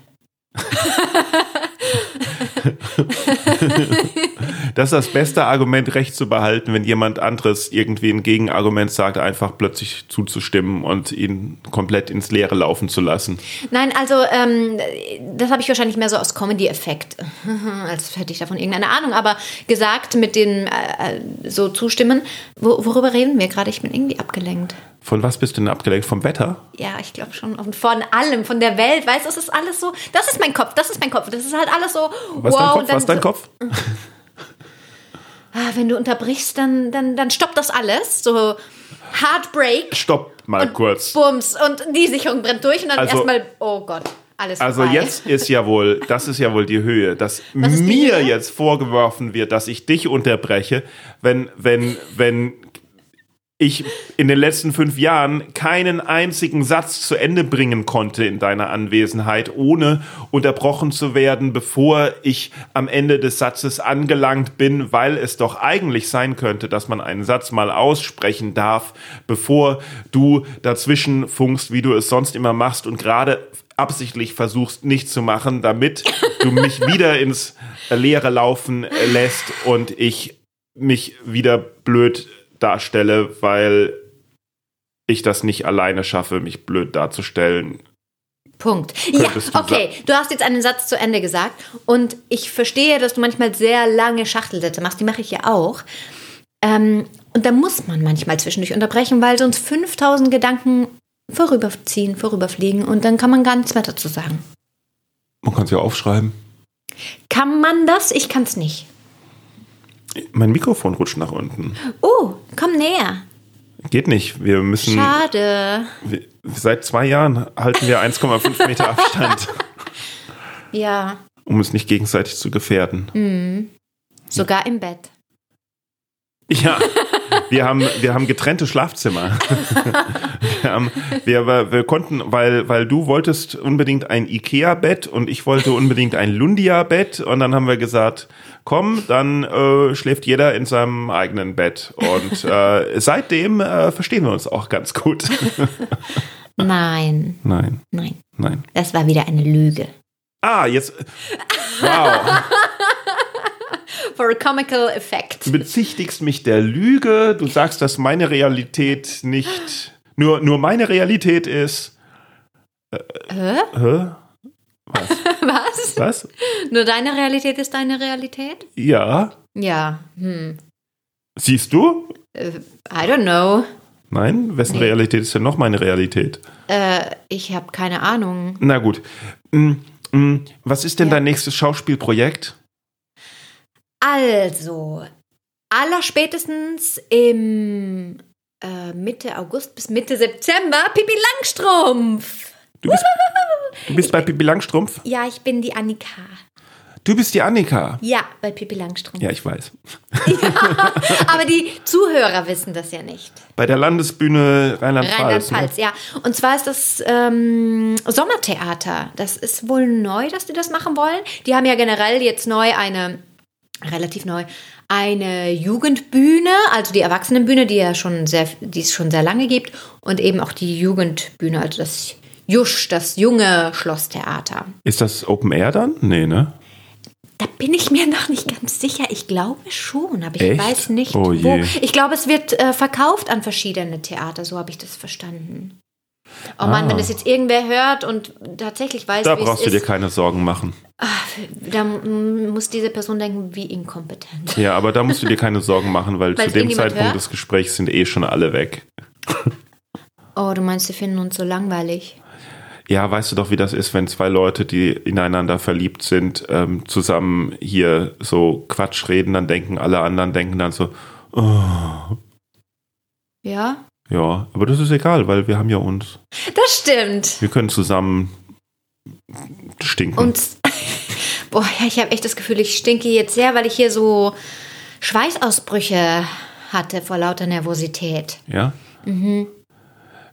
Speaker 2: Das ist das beste Argument, Recht zu behalten, wenn jemand anderes irgendwie ein Gegenargument sagt, einfach plötzlich zuzustimmen und ihn komplett ins Leere laufen zu lassen.
Speaker 3: Nein, also ähm, das habe ich wahrscheinlich mehr so aus Comedy-Effekt, als hätte ich davon irgendeine Ahnung, aber gesagt mit den äh, äh, so zustimmen. Wo, worüber reden wir gerade? Ich bin irgendwie abgelenkt.
Speaker 2: Von was bist du denn abgelenkt? Vom Wetter?
Speaker 3: Ja, ich glaube schon und von allem, von der Welt, weißt du, es ist alles so, das ist mein Kopf, das ist mein Kopf, das ist halt alles so,
Speaker 2: Was
Speaker 3: wow.
Speaker 2: dein
Speaker 3: und
Speaker 2: Kopf?
Speaker 3: dann
Speaker 2: Was dein
Speaker 3: so,
Speaker 2: Kopf?
Speaker 3: Ah, wenn du unterbrichst, dann, dann, dann stoppt das alles, so Heartbreak
Speaker 2: Stopp mal
Speaker 3: und
Speaker 2: kurz.
Speaker 3: Bums und die Sicherung brennt durch und dann
Speaker 2: Also-
Speaker 3: erstmal, oh Gott, alles
Speaker 2: Also
Speaker 3: vorbei.
Speaker 2: jetzt ist ja wohl, das ist ja wohl die Höhe, dass
Speaker 3: ist die
Speaker 2: mir
Speaker 3: Höhe?
Speaker 2: jetzt vorgeworfen wird, dass ich dich unterbreche, wenn, wenn, wenn ich in den letzten fünf Jahren keinen einzigen Satz zu Ende bringen konnte in deiner Anwesenheit, ohne unterbrochen zu werden, bevor ich am Ende des Satzes angelangt bin, weil es doch eigentlich sein könnte, dass man einen Satz mal aussprechen darf, bevor du dazwischen funkst, wie du es sonst immer machst und gerade absichtlich versuchst nicht zu machen, damit du mich wieder ins Leere laufen lässt und ich mich wieder blöd darstelle, weil ich das nicht alleine schaffe, mich blöd darzustellen.
Speaker 3: Punkt.
Speaker 2: Könntest du
Speaker 3: ja, okay. Du hast jetzt einen Satz zu Ende gesagt und ich verstehe, dass du manchmal sehr lange Schachtelsätze machst. Die mache ich ja auch. Ähm, und da muss man manchmal zwischendurch unterbrechen, weil sonst 5000 Gedanken vorüberziehen, vorüberfliegen und dann kann man gar nichts mehr dazu sagen.
Speaker 2: Man kann es ja aufschreiben.
Speaker 3: Kann man das? Ich kann es nicht.
Speaker 2: Mein Mikrofon rutscht nach unten.
Speaker 3: Oh, komm näher.
Speaker 2: Geht nicht. Wir müssen.
Speaker 3: Schade.
Speaker 2: Wir, seit zwei Jahren halten wir 1,5 Meter Abstand,
Speaker 3: Ja, Hm.
Speaker 2: um uns nicht gegenseitig zu gefährden.
Speaker 3: sogar im Bett.
Speaker 2: Ja, wir haben, wir haben getrennte Schlafzimmer. Wir, haben, wir, wir wir konnten, weil, weil du wolltest unbedingt ein Ikea-Bett und ich wollte unbedingt ein Lundia-Bett und dann haben wir gesagt, komm, dann äh, schläft jeder in seinem eigenen Bett und äh, seitdem äh, verstehen wir uns auch ganz gut.
Speaker 3: Nein,
Speaker 2: Nein,
Speaker 3: nein.
Speaker 2: nein.
Speaker 3: Das war wieder eine Lüge.
Speaker 2: Ah, jetzt, wow,
Speaker 3: For a comical effect.
Speaker 2: du bezichtigst mich der Lüge, du sagst, dass meine Realität nicht, nur, nur meine Realität ist.
Speaker 3: Hä?
Speaker 2: Hä?
Speaker 3: Was?
Speaker 2: Was?
Speaker 3: Nur deine Realität ist deine Realität?
Speaker 2: Ja.
Speaker 3: Ja. Hm.
Speaker 2: Siehst du?
Speaker 3: Äh, I don't know.
Speaker 2: Nein, wessen Realität ist denn noch meine Realität?
Speaker 3: Äh, ich habe keine Ahnung.
Speaker 2: Na gut. Hm, hm, Was ist denn
Speaker 3: Ja.
Speaker 2: dein nächstes Schauspielprojekt?
Speaker 3: Also, allerspätestens im äh, Mitte August bis Mitte September Pippi Langstrumpf.
Speaker 2: Du bist, Du bist bei Pippi Langstrumpf.
Speaker 3: Ja, ich bin die Annika.
Speaker 2: Du bist die Annika.
Speaker 3: Ja, bei Pippi Langstrumpf.
Speaker 2: Ja, ich weiß.
Speaker 3: Aber die Zuhörer wissen das ja nicht.
Speaker 2: Bei der Landesbühne Rheinland-Pfalz. ne?
Speaker 3: Rheinland-Pfalz, ja. Und zwar ist das ähm, Sommertheater. Das ist wohl neu, dass die das machen wollen. Die haben ja generell jetzt neu eine, relativ neu, eine Jugendbühne, also die Erwachsenenbühne, die ja schon sehr, die es schon sehr lange gibt, und eben auch die Jugendbühne, also das Jusch, das junge Schlosstheater.
Speaker 2: Ne? Ist das Open Air dann? Nee, ne?
Speaker 3: Da bin ich mir noch nicht ganz sicher. Ich glaube schon, aber ich
Speaker 2: Echt?
Speaker 3: weiß nicht
Speaker 2: Oh
Speaker 3: wo.
Speaker 2: je.
Speaker 3: Ich glaube, es wird äh, verkauft an verschiedene Theater, so habe ich das verstanden. Oh Mann,
Speaker 2: Ah.
Speaker 3: wenn das jetzt irgendwer hört und tatsächlich weiß,
Speaker 2: Da
Speaker 3: wie
Speaker 2: brauchst
Speaker 3: es
Speaker 2: du dir
Speaker 3: ist,
Speaker 2: keine Sorgen machen.
Speaker 3: da mm, muss diese Person denken, wie inkompetent.
Speaker 2: Ja, aber da musst du dir keine Sorgen machen, weil
Speaker 3: Weil
Speaker 2: zu
Speaker 3: es
Speaker 2: dem
Speaker 3: irgendjemand
Speaker 2: Zeitpunkt
Speaker 3: hört?
Speaker 2: des Gesprächs sind eh schon alle weg.
Speaker 3: Oh, du meinst, sie finden uns so langweilig.
Speaker 2: Ja, weißt du doch, wie das ist, wenn zwei Leute, die ineinander verliebt sind, ähm, zusammen hier so Quatsch reden, dann denken alle anderen, denken dann so, oh,
Speaker 3: Ja?
Speaker 2: ja, aber das ist egal, weil wir haben ja uns.
Speaker 3: Das stimmt.
Speaker 2: Wir können zusammen stinken.
Speaker 3: Und boah, ja, ich habe echt das Gefühl, ich stinke jetzt sehr, weil ich hier so Schweißausbrüche hatte vor lauter Nervosität.
Speaker 2: ja?
Speaker 3: Mhm.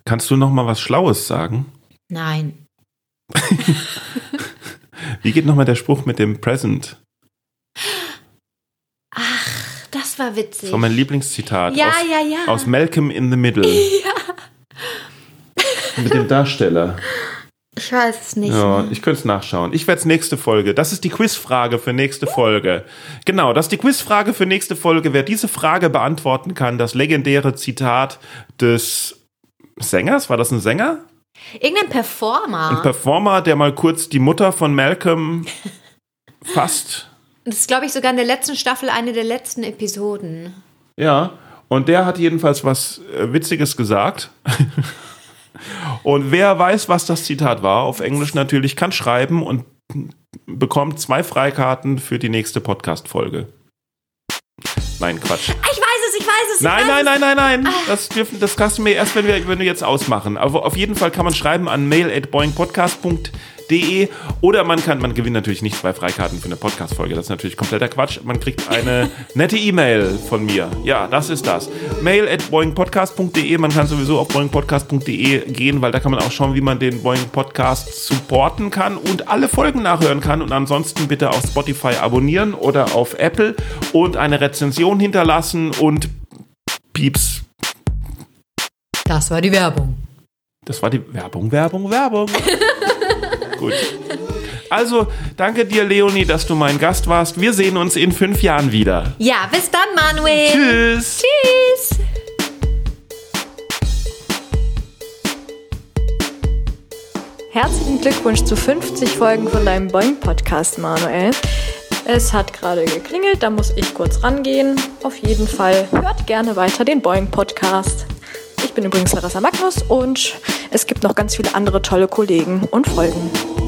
Speaker 2: Kannst du noch mal was Schlaues sagen?
Speaker 3: Nein.
Speaker 2: Wie geht nochmal der Spruch mit dem Present?
Speaker 3: Das war witzig.
Speaker 2: Das war mein Lieblingszitat
Speaker 3: Ja,
Speaker 2: aus,
Speaker 3: ja, ja.
Speaker 2: aus Malcolm in the Middle. Ja. Mit dem Darsteller.
Speaker 3: ich weiß es nicht.
Speaker 2: Ja, ich könnte es nachschauen. Ich werde es nächste Folge. Das ist die Quizfrage für nächste Folge. Genau, das ist die Quizfrage für nächste Folge. Wer diese Frage beantworten kann, das legendäre Zitat des Sängers, war das ein Sänger?
Speaker 3: Irgendein Performer.
Speaker 2: Ein Performer, der mal kurz die Mutter von Malcolm fasst.
Speaker 3: das ist, glaube ich, sogar in der letzten Staffel eine der letzten Episoden.
Speaker 2: Ja. Und der hat jedenfalls was äh, Witziges gesagt. und wer weiß, was das Zitat war, auf Englisch natürlich, kann schreiben und bekommt zwei Freikarten für die nächste Podcast-Folge. Nein, Quatsch.
Speaker 3: Ah, Ich weiß es, ich weiß es.
Speaker 2: Nein, nein, nein, nein, nein. Das, dürfen, das kannst du mir erst, wenn wir, wenn wir jetzt ausmachen. Aber auf jeden Fall kann man schreiben an mail at boingpodcast.de oder man kann, man gewinnt natürlich nicht zwei Freikarten für eine Podcast-Folge. Das ist natürlich kompletter Quatsch. Man kriegt eine nette E-Mail von mir. Ja, das ist das. Mail at boingpodcast.de. Man kann sowieso auf boingpodcast.de gehen, weil da kann man auch schauen, wie man den Boing Podcast supporten kann und alle Folgen nachhören kann. Und ansonsten bitte auf Spotify abonnieren oder auf Apple und eine Rezension hinterlassen und Pieps.
Speaker 3: Das war die Werbung.
Speaker 2: Das war die Werbung, Werbung, Werbung. Gut. Also, danke dir, Leonie, dass du mein Gast warst. Wir sehen uns in fünf Jahren wieder.
Speaker 3: Ja, bis dann, Manuel.
Speaker 2: Tschüss.
Speaker 3: Tschüss.
Speaker 4: Herzlichen Glückwunsch zu 50 Folgen von deinem Boing-Podcast, Manuel. Es hat gerade geklingelt, da muss ich kurz rangehen. Auf jeden Fall hört gerne weiter den Boing-Podcast. Ich bin übrigens Larissa Magnus und es gibt noch ganz viele andere tolle Kollegen und Folgen.